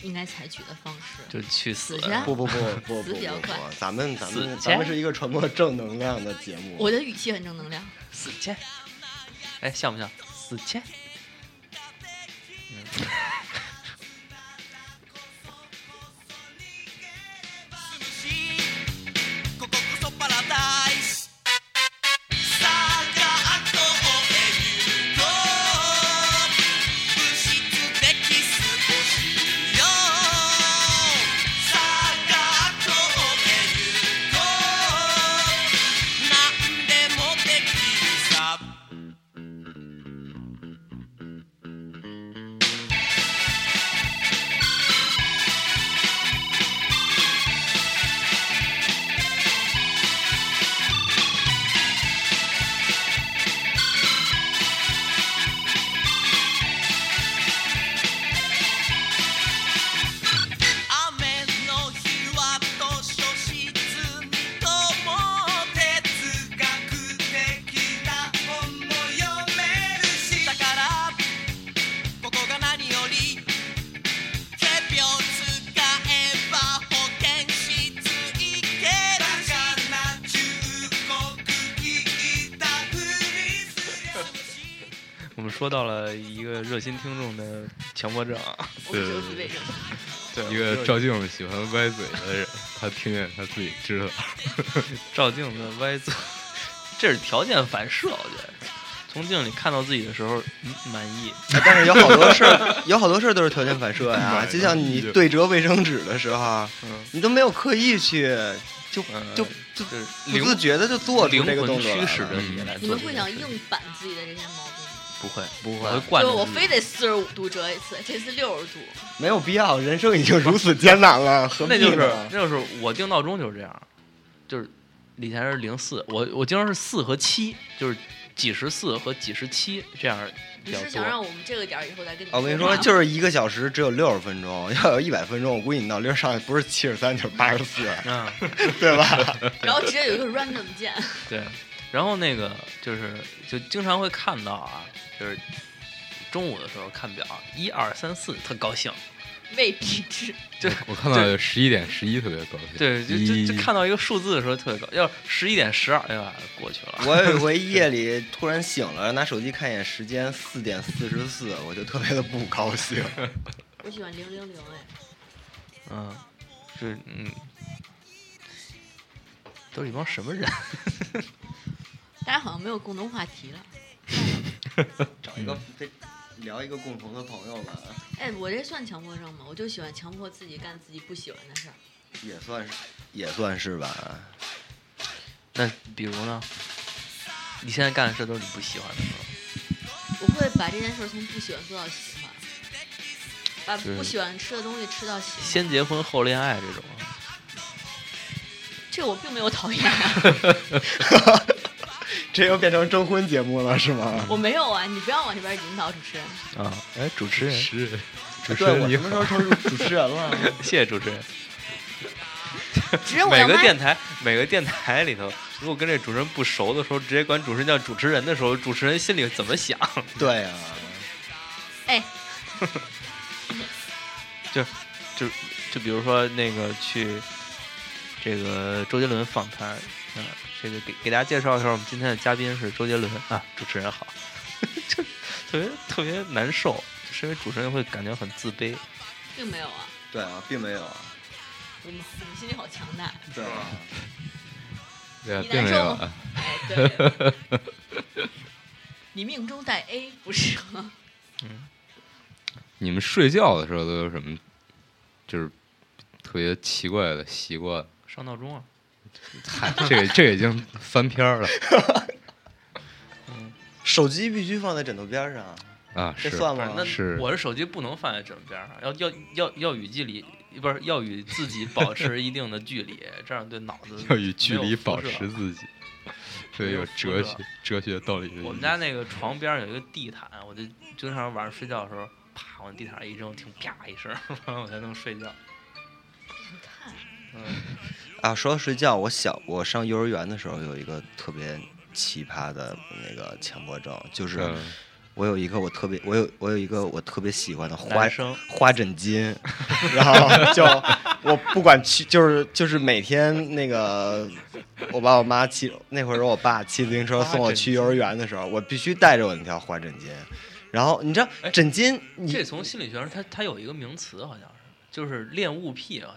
应该采取的方式。
就去死
死去啊
不 不不不不
死
不
比较快
不，咱们咱
死
们
去
咱们是一个传播正能量的节目。
我的语气很正能量，
死去。哎，像不像死去？
こここそパラダイスさあ学校へ行こう物質的過ごしようさあ学校へ行こう何でもできるさ雨の日は図書室にとも哲学的な本も読めるしだからここが何より手秒使えば保健室行けるしな中国行ったふりすりゃ
我们说到了一个热心听众的强迫症啊，
我们就是自卑症。
对
一个照镜子喜欢歪嘴的人，他听见他自己知道。
照镜子歪嘴，这是条件反射，我觉得。从镜里看到自己的时候，嗯，满意。
啊但是有好多 事儿，有好多事儿都是条件反射呀。就像你对折卫生纸的时候，啊
嗯，
你都没有刻意去，就
嗯
就
就
就
是
不
灵
自觉的就做出
灵
这个动
魂
作来
驱使着
了。嗯
你来
你
做这件
们
事。
会想硬板自己的这些毛病
不会不会，我会惯
吗？
着
就我
自己
非得四十五度折一次，这次六十度，
没有必要，人生已经如
如此艰难了，何必
那就是
呢
那就是我定闹钟就是这样，就是以前是零四，我我经常是四和七，就是几十四和几十七这样比
你
较
是想让
多。
我们这个点儿以后再跟你
啊我跟你说，就是一个小时只有六十分钟，要有一百分钟，我估计你闹铃上去不是七十三就是八十四，
嗯，
对吧？
然后直接有一个 random 键，
对。然后那个就是就经常会看到啊，就是中午的时候看表，一二三四，特高兴。
未必知。
就
我看到十一点十一特别高兴，
对，就就就
一
看到一个数字的时候特别高，要十一点十二，哎呀，过去了。
我有一回夜里突然醒了，拿手机看一眼时间，四点四十四，我就特别的不 高兴。
我喜欢零零零哎，
嗯，是嗯，都是一帮什么人？
大家好像没有共同话题了。
找一个得聊一个共同的朋友吧，
哎，我这算强迫症吗？我就喜欢强迫自己干自己不喜欢的事儿。
也算是也算是吧。啊
那比如呢？你现在干的事都是你不喜欢的，是吧？
我会把这件事儿从不喜欢做到喜欢，把
对
不喜欢吃的东西吃到喜欢。
先结婚后恋爱这种。
这个我并没有讨厌、啊，
这又变成征婚节目了是吗？
我没有啊，你不要往这边引导主 持人。
啊，哎，主持人，
是主持
对，
人
我
你
什么时
好，
候成主持人了？
谢谢主持人。
只是我
每
要
个
妈
电台，每个电台里头，如果跟这主持人不熟的时候，直接管主持人叫主持人的时候，主持人心里怎么想？
对啊呀、
哎，
就就比如说那个去这个周杰伦访谈，啊、这个给给大家介绍一下，我们今天的嘉宾是周杰伦啊，主持人好， 就特别特别难受，就身为主持人会感觉很自卑。
并没有啊，
对啊，并没有啊，
我们我们心里好强大。
对啊，
对啊
你，
并
难
没
受
有
吗
啊。
哎，对， 你命中带 A 不是吗？
你们睡觉的时候都有什么，就是特别奇怪的习惯？
上闹钟啊，
嗨，这个这个已经翻篇儿了
手机必须放在枕头边上，
啊！
这
是
算
不是
吗？
那
是
我的手机不能放在枕边上，要要要要与距离，不是要与自己保持一定的距离，这样对脑子
要与距
没
离
有辐
保
射
持自己，所以
没
有
有辐射
哲学哲学道理的意思。
我们家那个床边儿有一个地毯，我就经常晚上睡觉的时候，啪往地毯上一扔，听啪一声，然后 我才能睡觉。
你看，
嗯，
啊，说到睡觉，我小我上幼儿园的时候有一个特别奇葩的那个强迫症，就是
嗯
我有一个我特别我有我有一个我特别喜欢的花
男生
花枕 巾，
然后就
我不管去就是就是每天那个我把我妈骑那会儿我爸骑自行车送我去幼儿园的时候，我必须带着我那条花枕巾。然后你知道
哎
枕巾
这
你
从心理学上，它它有一个名词，好像是，就是恋物癖，好像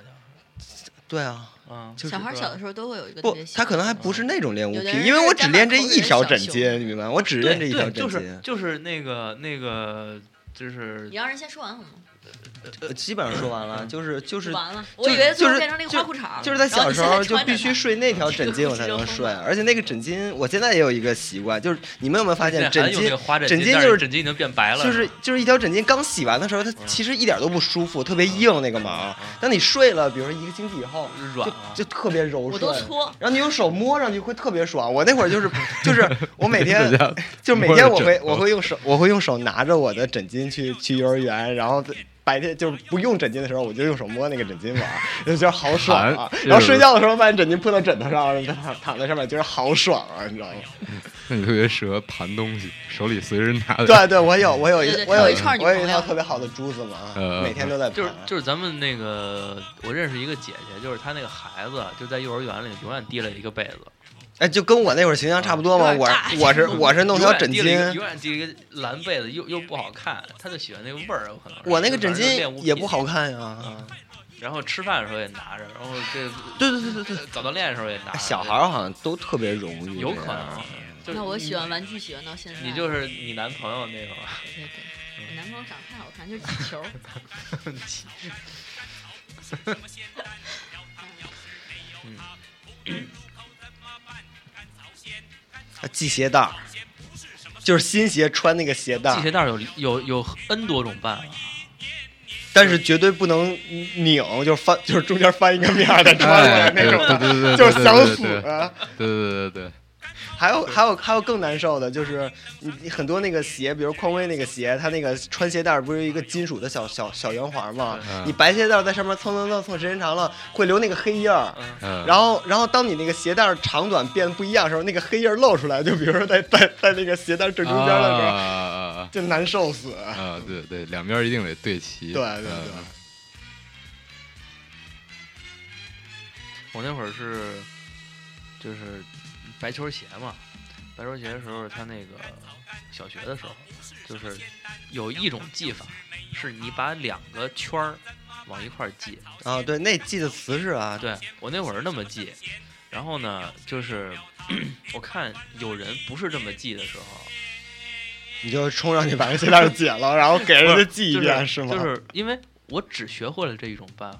是。
对啊，
啊、
就是
小孩小的时候都会有一个特
不
别，喜
他
欢嗯
可能还不是那种恋物
有的
癖，
人
因为
是
我
沾
只
满
练这
口
一
水的
条
小
枕
熊
巾，你明白吗？我只
对
练这一条
对，
枕
就是
巾，
就是那个那个就是
你让人先说完好吗？
呃基本上说完
嗯
了，就是就是
完了，
就
我以为最
就
后
是
变成了一个
就
花裤衩儿
就是在小时候就必
啊然
须。
后你现在穿着它
睡 那条枕巾，我才能睡。而且那个枕巾，我现在也有一个习惯，就是你们有没有发现
现在 还
枕
有那
巾
个花
枕
巾，
巾
但
就是
是枕巾已经变白了，嗯
就是就是一条枕巾刚洗完的时候，它其实一点都不舒服，特别硬那个毛。当你睡了，比如说一个星期以后，
是
就
嗯软啊了。
就特别柔
我
顺
都。搓，
然后你用手摸上去会特别爽。我那会儿就是就是我 每天
大家
就是每天我
摸着
会
枕头
我会用手我会用手拿着我的枕巾去去幼儿园，然后白天就是不用枕巾的时候，我就用手摸那个枕巾玩，就觉得好爽啊
弹。
然后睡觉的时候把枕巾铺到枕头上，躺躺在上面，觉得好爽啊，你知道吗？
那你特别适合盘东西，手里随时拿哎着。
对对，我有我有一
对对
我有
有一串女
我有
朋
一
友
套特别好的珠子嘛，
嗯
每天都在
就是
盘
就是咱们那个，我认识一个姐姐，就是她那个孩子就在幼儿园里永远提了一个被子，
哎，就跟我那会儿形象差不多嘛。
有点
我
大
我是我是弄条枕
永远递了一个
巾，
永远递了一个蓝被子，又又不好看，他就喜欢那个味儿，有可能是。
我那个
就
枕
反正就是
巾
练物
也
癖
不好。看啊呀。
嗯然后吃饭的时候也拿着，然后这
对对对对对，哎
早锻炼的时候也拿着。
小孩儿好像都特别容易，
有可能。就是
那我喜
你
欢玩具，喜欢到现在。
你就是你男朋友那个啊吧？
对对对，我男朋友长得太好看，就是气 球。
还啊系鞋带儿，就是新鞋穿那个鞋带
系鞋
儿，
带儿有有有 N 多种办法，
但是绝对不能拧，就是翻，就是中间翻一个面儿再穿过来
哎，
那
对对
种的，
对对，
就是想死
对
啊。
对对对 对，
还有还有还有更难受的，就是你你很多那个鞋，比如匡威那个鞋，它那个穿鞋带儿不是一个金属的小小小圆环吗？
嗯
你白鞋带儿在上面蹭蹭蹭蹭，时间长了会留那个黑印儿。
嗯，
然后，然后当你那个鞋带儿长短变得不一样的时候，那个黑印儿露出来，就比如说在在在那个鞋带儿正中间的时候，
啊啊
就难受死。
啊啊！对对，两边一定得对齐。
对对对
嗯
我那会儿是就是白球鞋嘛，白球鞋的时候，他那个小学的时候，就是有一种系法，是你把两个圈儿往一块儿系。
啊，对，那记得瓷实啊，
对我那会儿是那么系，然后呢，就是 我看有人不是这么系的时候，
你就冲上去把这鞋带儿解了，然后给人家记一
就
遍，
是
是吗？
就是因为我只学会了这一种办 法，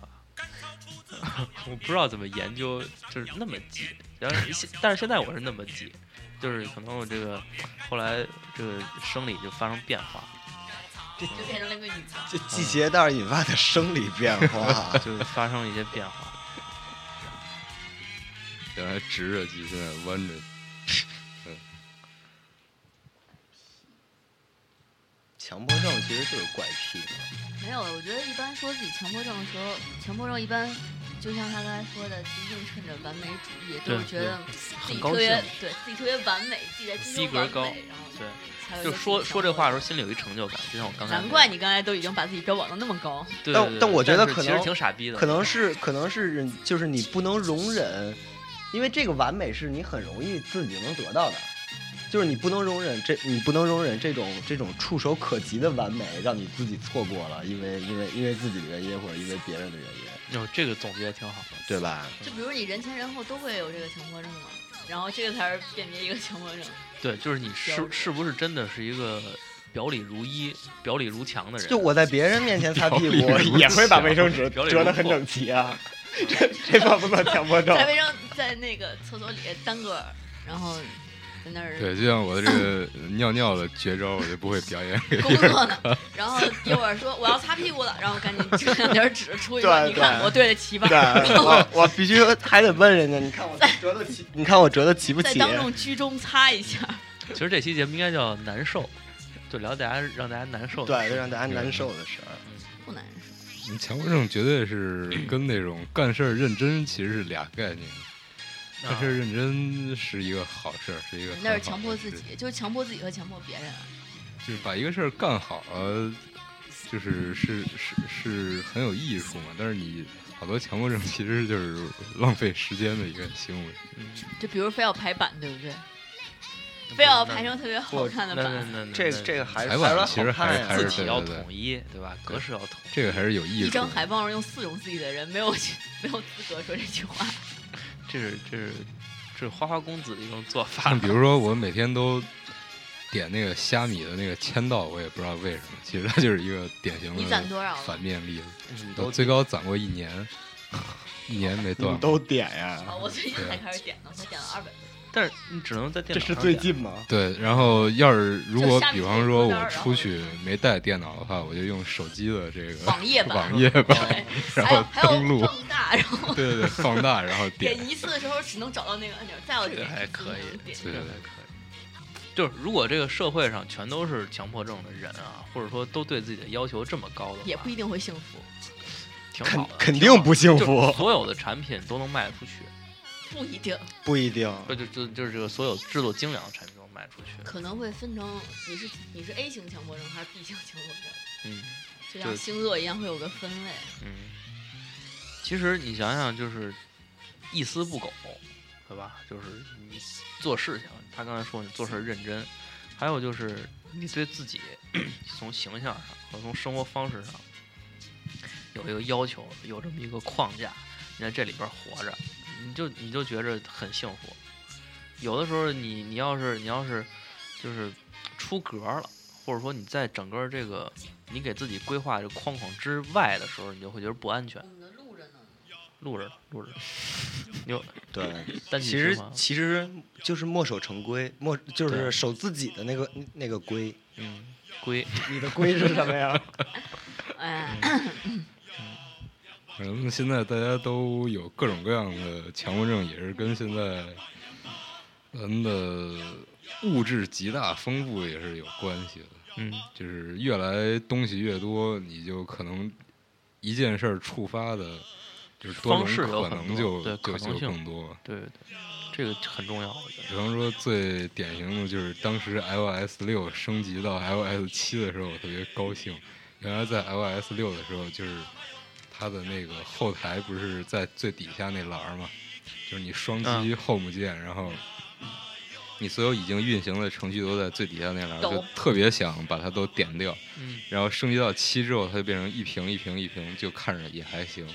我不知道怎么研究，就是那么记。然后现，但是现在我是那么记，就是可能我这个后来这个生理就发生变化，，
就变成了一个女的。
这系鞋带儿引发的生理变化啊
就是发生了一些变 化。
原来直着系，现在弯着系。
强迫症其实就是怪癖嘛。
没有，我觉得一般说自己强迫症的时候，强迫症一般就像他刚才说的，就映衬着完美主义，就
对
是觉得
对
自
很
己
高
特别
兴
对自己特别完美，自己在追
及
求
格
完
高
美，然后
对，
才会
就
跟自己
说
强
说这
迫
话的时
症
候，心里有一成就感，就像我刚才那
难
个。
怪你刚才都已经把自己标榜的那么高，
对。
但
对对
但我觉得
是
可
其实
能
挺傻逼的，
可能是可能是就是你不能容忍，因为这个完美是你很容易自己能得到的，就是你不能容忍这你不能容忍这种这种触手可及的完美，让你自己错过了，因为因为因为自己的原因或者因为别人的原因，
哟，这个总结得挺好的。
对吧？
就比如你人前人后都会有这个强迫症嘛，然后这个才是辨别一个强迫 症。
对，就是你
标
是
准
是不是真的是一个表里如一、表里如墙的人？
就我在别人面前擦屁股
表里，如
也会把
墙
卫生纸
表里
折
如
得很
火
整齐啊，这这算不算强迫症
在？卫生在那个厕所里单个儿，然后在那儿
对，就像我的这个尿尿的绝招，我就不会表演给
工作 呢，然后一会儿说我要擦屁股了，然后赶紧就两点纸 出去说，
对啊
你看
对
我对得齐吧
对，？啊我我必须还得问人家，你看我折得齐，你看我折得齐不
在
齐？
当众居中擦一 下，
其实这期节目应该叫难受，就聊大家让大家难受。
对，让大家难受的事儿。
不难受。
你强迫症绝对 是跟那种干事儿认真其实是俩概念，
啊
干事儿认真是一个好事儿，是一个
那是
很好
强迫
的
自
事
己，就是强迫自己和强迫别人啊。
就是把一个事儿干好了，就是是是是很有艺术嘛。但是你好多强迫症其实就是浪费时间的一个行为。
嗯
就比如非要排版，对不对？
那
非要
那
排成特别好
不
看
那
的
那那
版，
那那
这个
那
这个还是
采访
是
其实
好看
还
呀
是
字体要
对对对
统一，对吧？格式要统一。
这个还是有艺术。
一张海报上用四种自己的人，没有没有资格说这句话。
这是这是这是花花公子的一种做法
但。比如说我每天都点那个虾米的那个签到，我也不知道为什么，其实它就是一个典型
你攒
的
多少了
反？面例子。
你
我最高攒过一年， 一年没
你
断
们
过。
都点呀？
啊，我最近才开始点的，我才点了二百。
但是你只能在电
这
脑
是
上点。
最近吗？
对，然后要是如果
就下面
比方说
有一个
我
单儿
出去没带电脑的话，我就用手机的这个
网页版
网页版，
对，
啊然
还有
后
还
登
有
录，
放大，然后
对对对，放大然后点
点，一次的时候只能找到那个按钮，再有
这
点
个
一次
还可以
能点
对对对，
就是如果这个社会上全都是强迫症的人啊，或者说都对自己的要求这么高的话，
也不一定会幸福，
挺
肯
好的。
肯
挺
定
好
不
的
幸
就
福，
所有的产品都能卖出去，
不一定
不一定。
不就就就是这个所有制作精良的产品都能卖出去。
可能会分成你是你是 A 型强迫症还是 B 型强迫症，
嗯
就像
对
星座一样会有个分类。
嗯，其实你想想，就是一丝不苟，对吧？就是你做事情，他刚才说你做事认真，还有就是你对自己 从形象上和从生活方式上有一个要求，有这么一个框架，你在这里边活着，你就你就觉着很幸福。有的时候你你要是你要是就是出格了，或者说你在整个这个你给自己规划这框框之外的时候，你就会觉得不安全。录着呢，录着呢，录着呢，
对，
有但
其实其实就是墨守成规，墨就
对
是守自己的那个那个规。
嗯，规
你的规是什么呀？
哎，
反正现在大家都有各种各样的强迫症，也是跟现在咱的物质极大丰富也是有关系的。
嗯
就是越来东西越多，你就可能一件事儿触发的，就是多种
方式有
可
很
能
多
就
对
就
可能
就
性
更多。
对对对，这个很重要，我觉得
比方说最典型的就是当时 iOS 六升级到 iOS 七的时候，我特别高兴。原来在 iOS 六的时候，就是它的那个后台不是在最底下那栏儿嘛，就是你双击 Home 键，然后你所有已经运行的程序都在最底下那栏儿，
懂
就特别想把它都点掉。
嗯，
然后升级到七之后，它就变成一屏一屏一屏，就看着也还行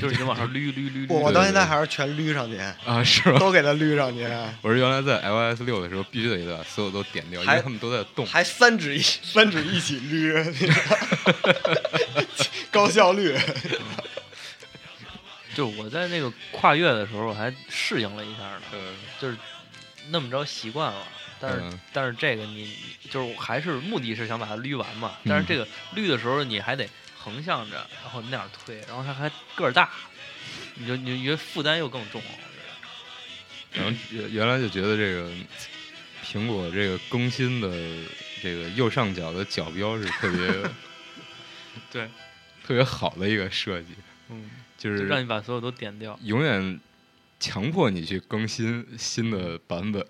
就是已经往上捋捋捋捋。
我我到现在还是全捋上去，
啊，是吗？
都给他捋上去，
啊
我是原来在 iOS 六的时候必须得把所有都点掉，因为
还
它们都在动。
还三指一。
三指一起 捋，高效率。
就是我在那个跨越的时候，我还适应了一下呢，
呃
就是那么着习惯了。但是、
嗯
但是这个你你就是我还是目的是想把它捋完嘛，
嗯
但是这个捋的时候你还得横向着，然后那样推，然后它还个儿大，你就你就觉得负担又更重了。我
然后原原来就觉得这个苹果这个更新的这个右上角的角标是特别
觉 得对，
特别好的一个设计，
嗯，
就
就让
是
你把所有都点掉。
永远强迫你去更新新的版本，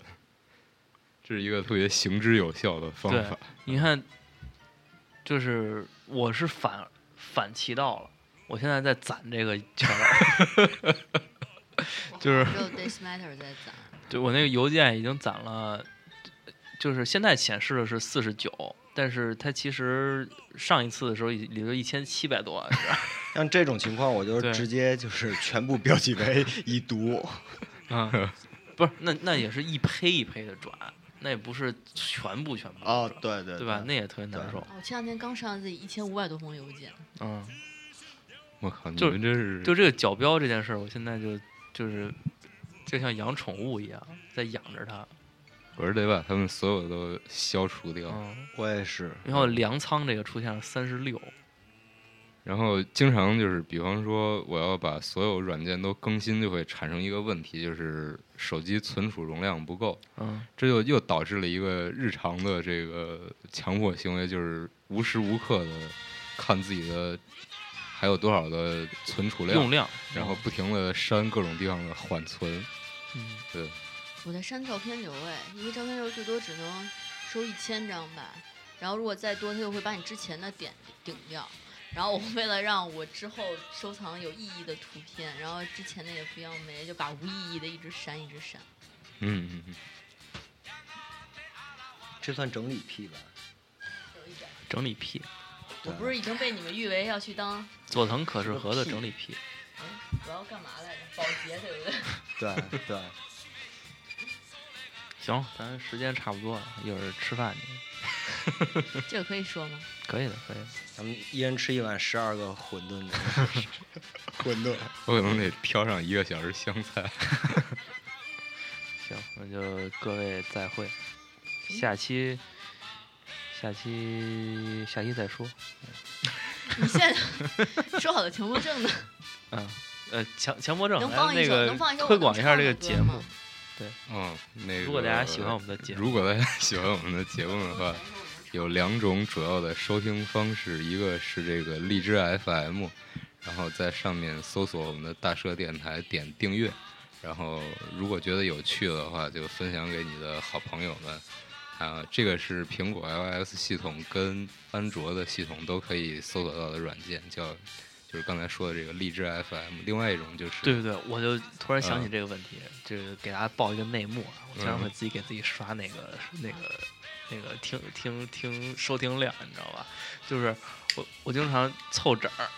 这是一个特别行之有效的方
对
法。
你看，就是我是反反其道了，我现在在攒这个钱儿。 就是
只有 this matter 在攒，
对我那个邮件已经攒了，就是现在显示的是四十九，但是它其实上一次的时候已里头一千七百多，是
像这种情况，我就
对
直接就是全部标记为已读。
吧啊， 不是，那那也是一胚一胚的转，那也不是全部全部转
哦，对对
对吧？那也特别难
对
受，
哦我前两天刚上自己一千五百多封邮件，
嗯，
我靠，你
就
们真是
就这个角标这件事儿，我现在就就是就像养宠物一样在养着它，
我是得把他们所有都消除掉。
嗯，
我也是，
然后粮仓这个出现了三十六，
然后经常就是，比方说我要把所有软件都更新，就会产生一个问题，就是手机存储容量不够，
嗯，
这就又导致了一个日常的这个强迫行为，就是无时无刻的看自己的还有多少的存储量，
用量，
然后不停的删各种地方的缓存。
嗯
对，
我在删照片流哎，因为照片流最多只能收一千张吧，然后如果再多，它就会把你之前的点顶掉。然后我为了让我之后收藏有意义的图片，然后之前的也不要没，就把无意义的一直删，一直删。
嗯嗯嗯。
这算整理癖吧？
有一点，
整理癖，
我不是已经被你们誉为要去当
佐藤可士和的整理癖。
我要干嘛来着？保洁对不对？
对对，
行，咱时间差不多了，一会儿吃饭去。
这个可以说吗？
可以的，可以的。
咱们一人吃一碗十二个馄饨的。
混沌，
我可能得挑上一个小时香菜。
行，那就各位再会，下期，下期，下期再说。
你现在 说好的强迫症呢？
嗯，呃，强强迫症，
能
来
放一
那
首，
个
能放一首我
推
能
广一下
唱
这
的
个
歌
节
吗
目。
嗯，那个、
如果大家喜欢我们的节目，
如果大家喜欢我们的节目的话，有两种主要的收听方式，一个是这个荔枝 FM，然后在上面搜索我们的大社电台，点订阅，然后如果觉得有趣的话，就分享给你的好朋友们。啊，这个是苹果 iOS 系统跟安卓的系统都可以搜索到的软件，叫就是刚才说的这个荔枝 FM。另外一种就是
对对对，我就突然想起
嗯
这个问题，就是给大家报一个内幕啊，我经常
嗯
会自己给自己刷那个那个那个听听听收听量，你知道吧？就是我我经常凑整儿，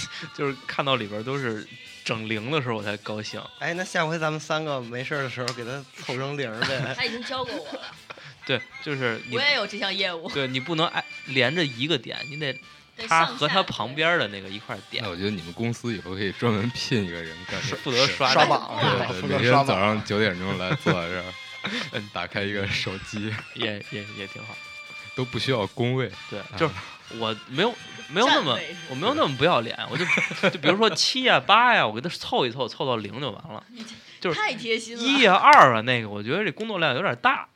就是看到里边都是整零的时候我才高兴。
哎，那下回咱们三个没事儿的时候给他凑成零儿 呗。
他已经教过我了，
对，就是你
我，也有这项业务。
对你不能挨连着一个点，你得
对
他
上
和
下
他
对
旁边的那个一块儿点
哎那，我觉得你们公司以后可以专门聘一个人干这个事儿，
负责刷
刷
这 个
榜是吧？
对
负
对，每
责
天
刷
早
榜。
上九点钟 来坐在这儿，嗯打开一个手机，
也也也挺好。
都不需要工 位。
对，就是我没有没有那么
站位是吧
我没有那么不要脸，我就就比如说七呀八呀，我给他凑一凑，凑到零就完了。就是
太贴心
一
了，
呀二啊，那个我觉得这工作量有点大，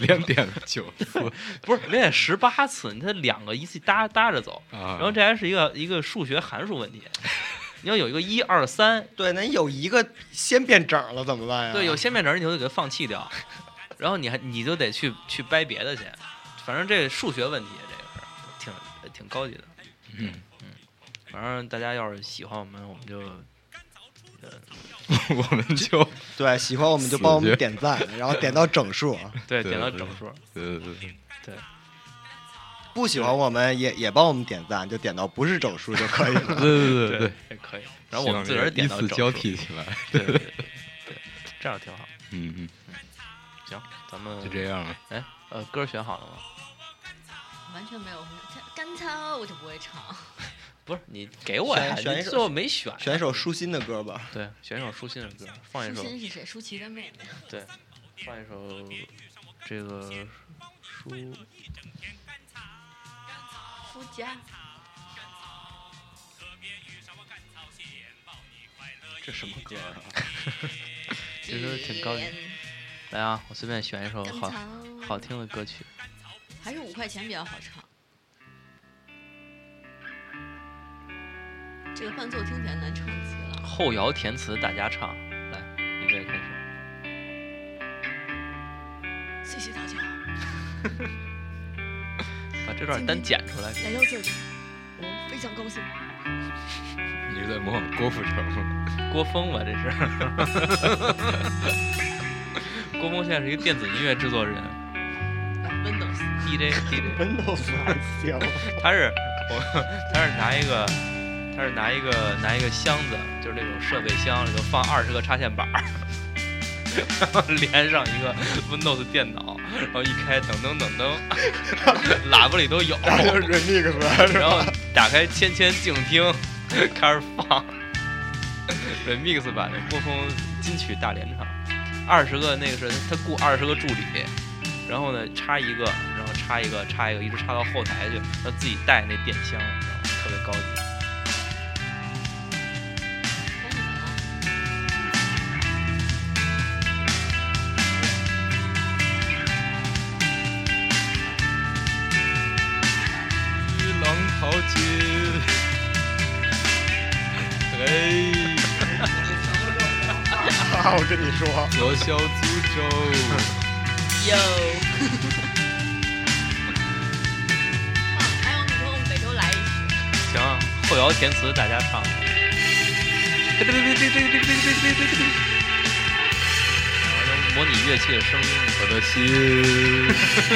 连点了九次
不是连十八次，你这两个一次搭搭着走，
啊！
然后这还是一个一个数学函数问题，你要有一个一二三，
对，那有一个
先变整了怎么办呀？
嗯
对，有先面整你就得给它放弃掉，然后你还你就得去去掰别的去，反正这数学问题这个事儿挺挺高级的。
嗯
反正大家要是喜欢我们，我们就
我们就
对喜欢我们就帮我们点赞，然后点到整数；啊
对
对
点到
对
整数，
对 对对，
不喜欢我们也也帮我们点赞，就点到不是整数就可以了。
对对对，
也可以。然后我们自
希
个
望
儿
这
点
依
到
次
整数，
交替起来。
对对对对，对这样挺好。
嗯嗯，
行，咱们
就这。样了。
哎，呃，歌选好了吗？
完全没有。干草我就不会唱，
不是你给我呀，
选选一
你
首
最后没选，
选一首舒心的歌吧。
对，选一首舒心的歌，放一
舒
首
心是谁？舒淇的妹妹。
对，放一首这个舒
夫家，
这什么歌啊？ 其实挺高级。来啊，我随便选一首
干
好
草
好听的歌曲。
还是五块钱比较好唱。这个伴奏听起来难唱极了。
后摇填词大家唱，来，预备开始。
谢谢大家，
把这段单剪出来。
来到这里，我非常高兴。
你是在模仿郭富城 吗？
郭峰吧，这是。 郭峰现在是一个电子音乐制作人
Windows，
，DJ DJ，
Windows 还行，
他是我， 他是拿一个，他是拿一个拿一个箱子，就是那种设备箱，里头放二十个插线板儿， 然后连上一个 Windows 电脑，然后一开噔噔噔噔， 喇叭里都有，
那就是 remix 是
然
吧？
后打开千千静听，开始放 remix 版的郭峰金曲大联唱，二十个那个是他雇二十个助理，然后呢插一个，然后插一个，插一个，一直插到后台去，他自己带那电箱，你知道吗？特别高级。
赶紧吧。
与浪淘尽，嘿，
啊，我跟你说，
左小诅咒。
哟。哎呦，你说我们每周来一次，
行啊，后摇填词大家唱。这这这这这这这这这这。能模拟乐器的声音，
我的心非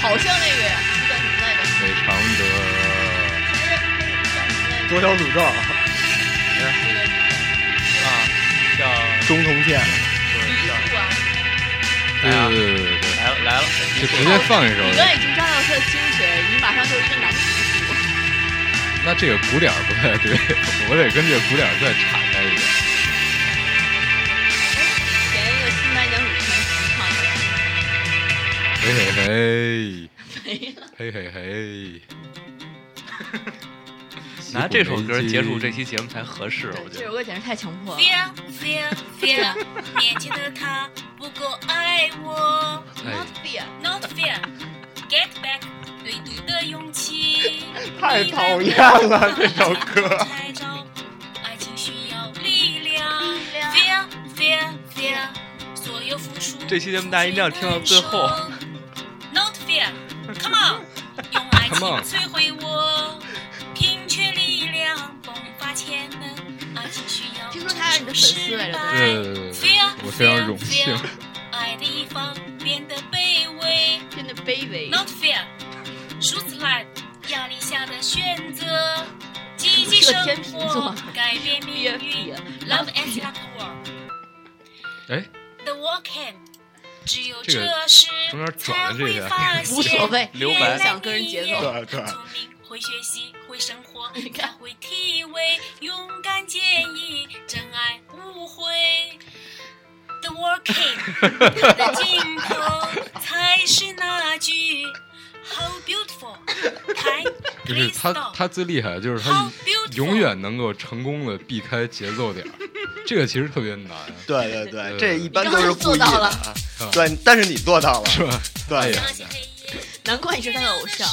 好像那个呀，你叫什么来着？
常的
左小诅咒，
啊，叫
中铜剑，
来啊
对对对对对，
来了来了，
嗯就直接放一首。
你刚才已经抓到他的精髓，你马上就是一个男主播。
那这个鼓点儿不太对，我得跟这个鼓点儿再岔开一点。
前一个新白娘子传奇唱的
嘿嘿
没了，
嘿，嘿嘿 嘿。
拿这首歌结束这
期。
期节目才合适，我觉
对，这
得
首。歌简直太强迫了。
fear fear fear，年轻的他不够爱我
Not fear，
，not fear，get back，对赌的勇气。
太讨厌了这首歌。
才找爱情需要力量，fear fear fear，所有付出。
这期节目大家一定要听到最后。
Not fear，come on，用爱
Come
情
on
摧毁我，拼却力量，迸发潜能。爱情需要
听说他是你的粉丝来着
对对对对对，我非常荣幸。
爱的一方变得卑微
真的卑微。
，Not fear，数次来压力下的选择，奇迹
是
生
个天秤座
活，改变命运。Love is not the world,
哎，
the world can。只有
这个
这时
中间转
才
了这
会
个
发 现，
无所谓
留
原
白
来
想跟人
你
节
也
奏
对对
聪明，会学习，会生 活，
你
才
看
会体味，勇敢建议，真爱无悔。The working 的尽头才是那句 How beautiful。台
就是他
Please stop
他最厉害的就是他
How beautiful
永远能够成功的避开节奏点儿，这个其实特别难，
对对对，这一般
你
都
刚才
是故
做
意
到
的
了，
啊
啊。对，但是你做到了，
是吧？哎
对
呀，
那些黑夜。
难怪你是他的偶像。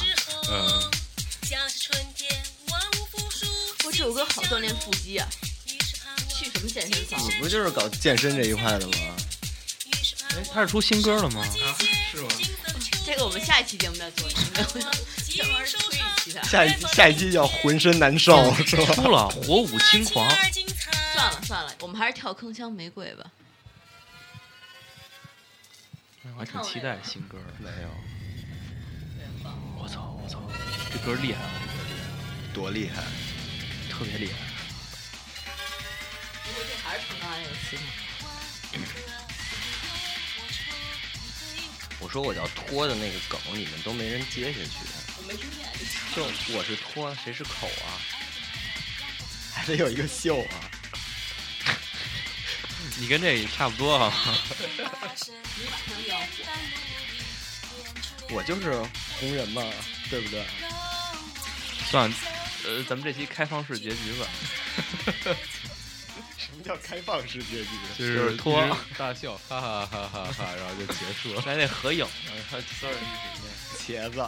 嗯，
像是春天，万物复苏。
我这首歌好锻炼腹肌啊，
于是盼望
去什么健身房？
你不就是搞健身这一块的吗？
于是盼
哎
望
他是出新歌了吗？
是吗？
金色的秋
嗯这个我们下一期节目再做，我 要
极
专门
易
推
受
一
伤。
期他。
下一下一期叫浑身难 受，是吧？
出了《火舞轻狂》，
而精彩
算了算了，我们还是跳铿锵玫瑰吧。
哎我还挺期待新歌的。
没有，
我操，我操，这歌厉害，
多厉害！
特别厉害。
不过这还是从刚才那个词
我说我要拖的那个梗，你们都没人接下去。
我没听见。
就我是拖，谁是口啊？还得有一个秀啊！
你跟这也差不多啊。
你晚上要
我就是红人嘛，对不对？
算，呃，咱们这期开放式结局吧。
什么叫开放式结局？
就是啊
拖
一直大笑，哈哈哈哈哈，然后就结束了。
来那合影，sorry，
茄子，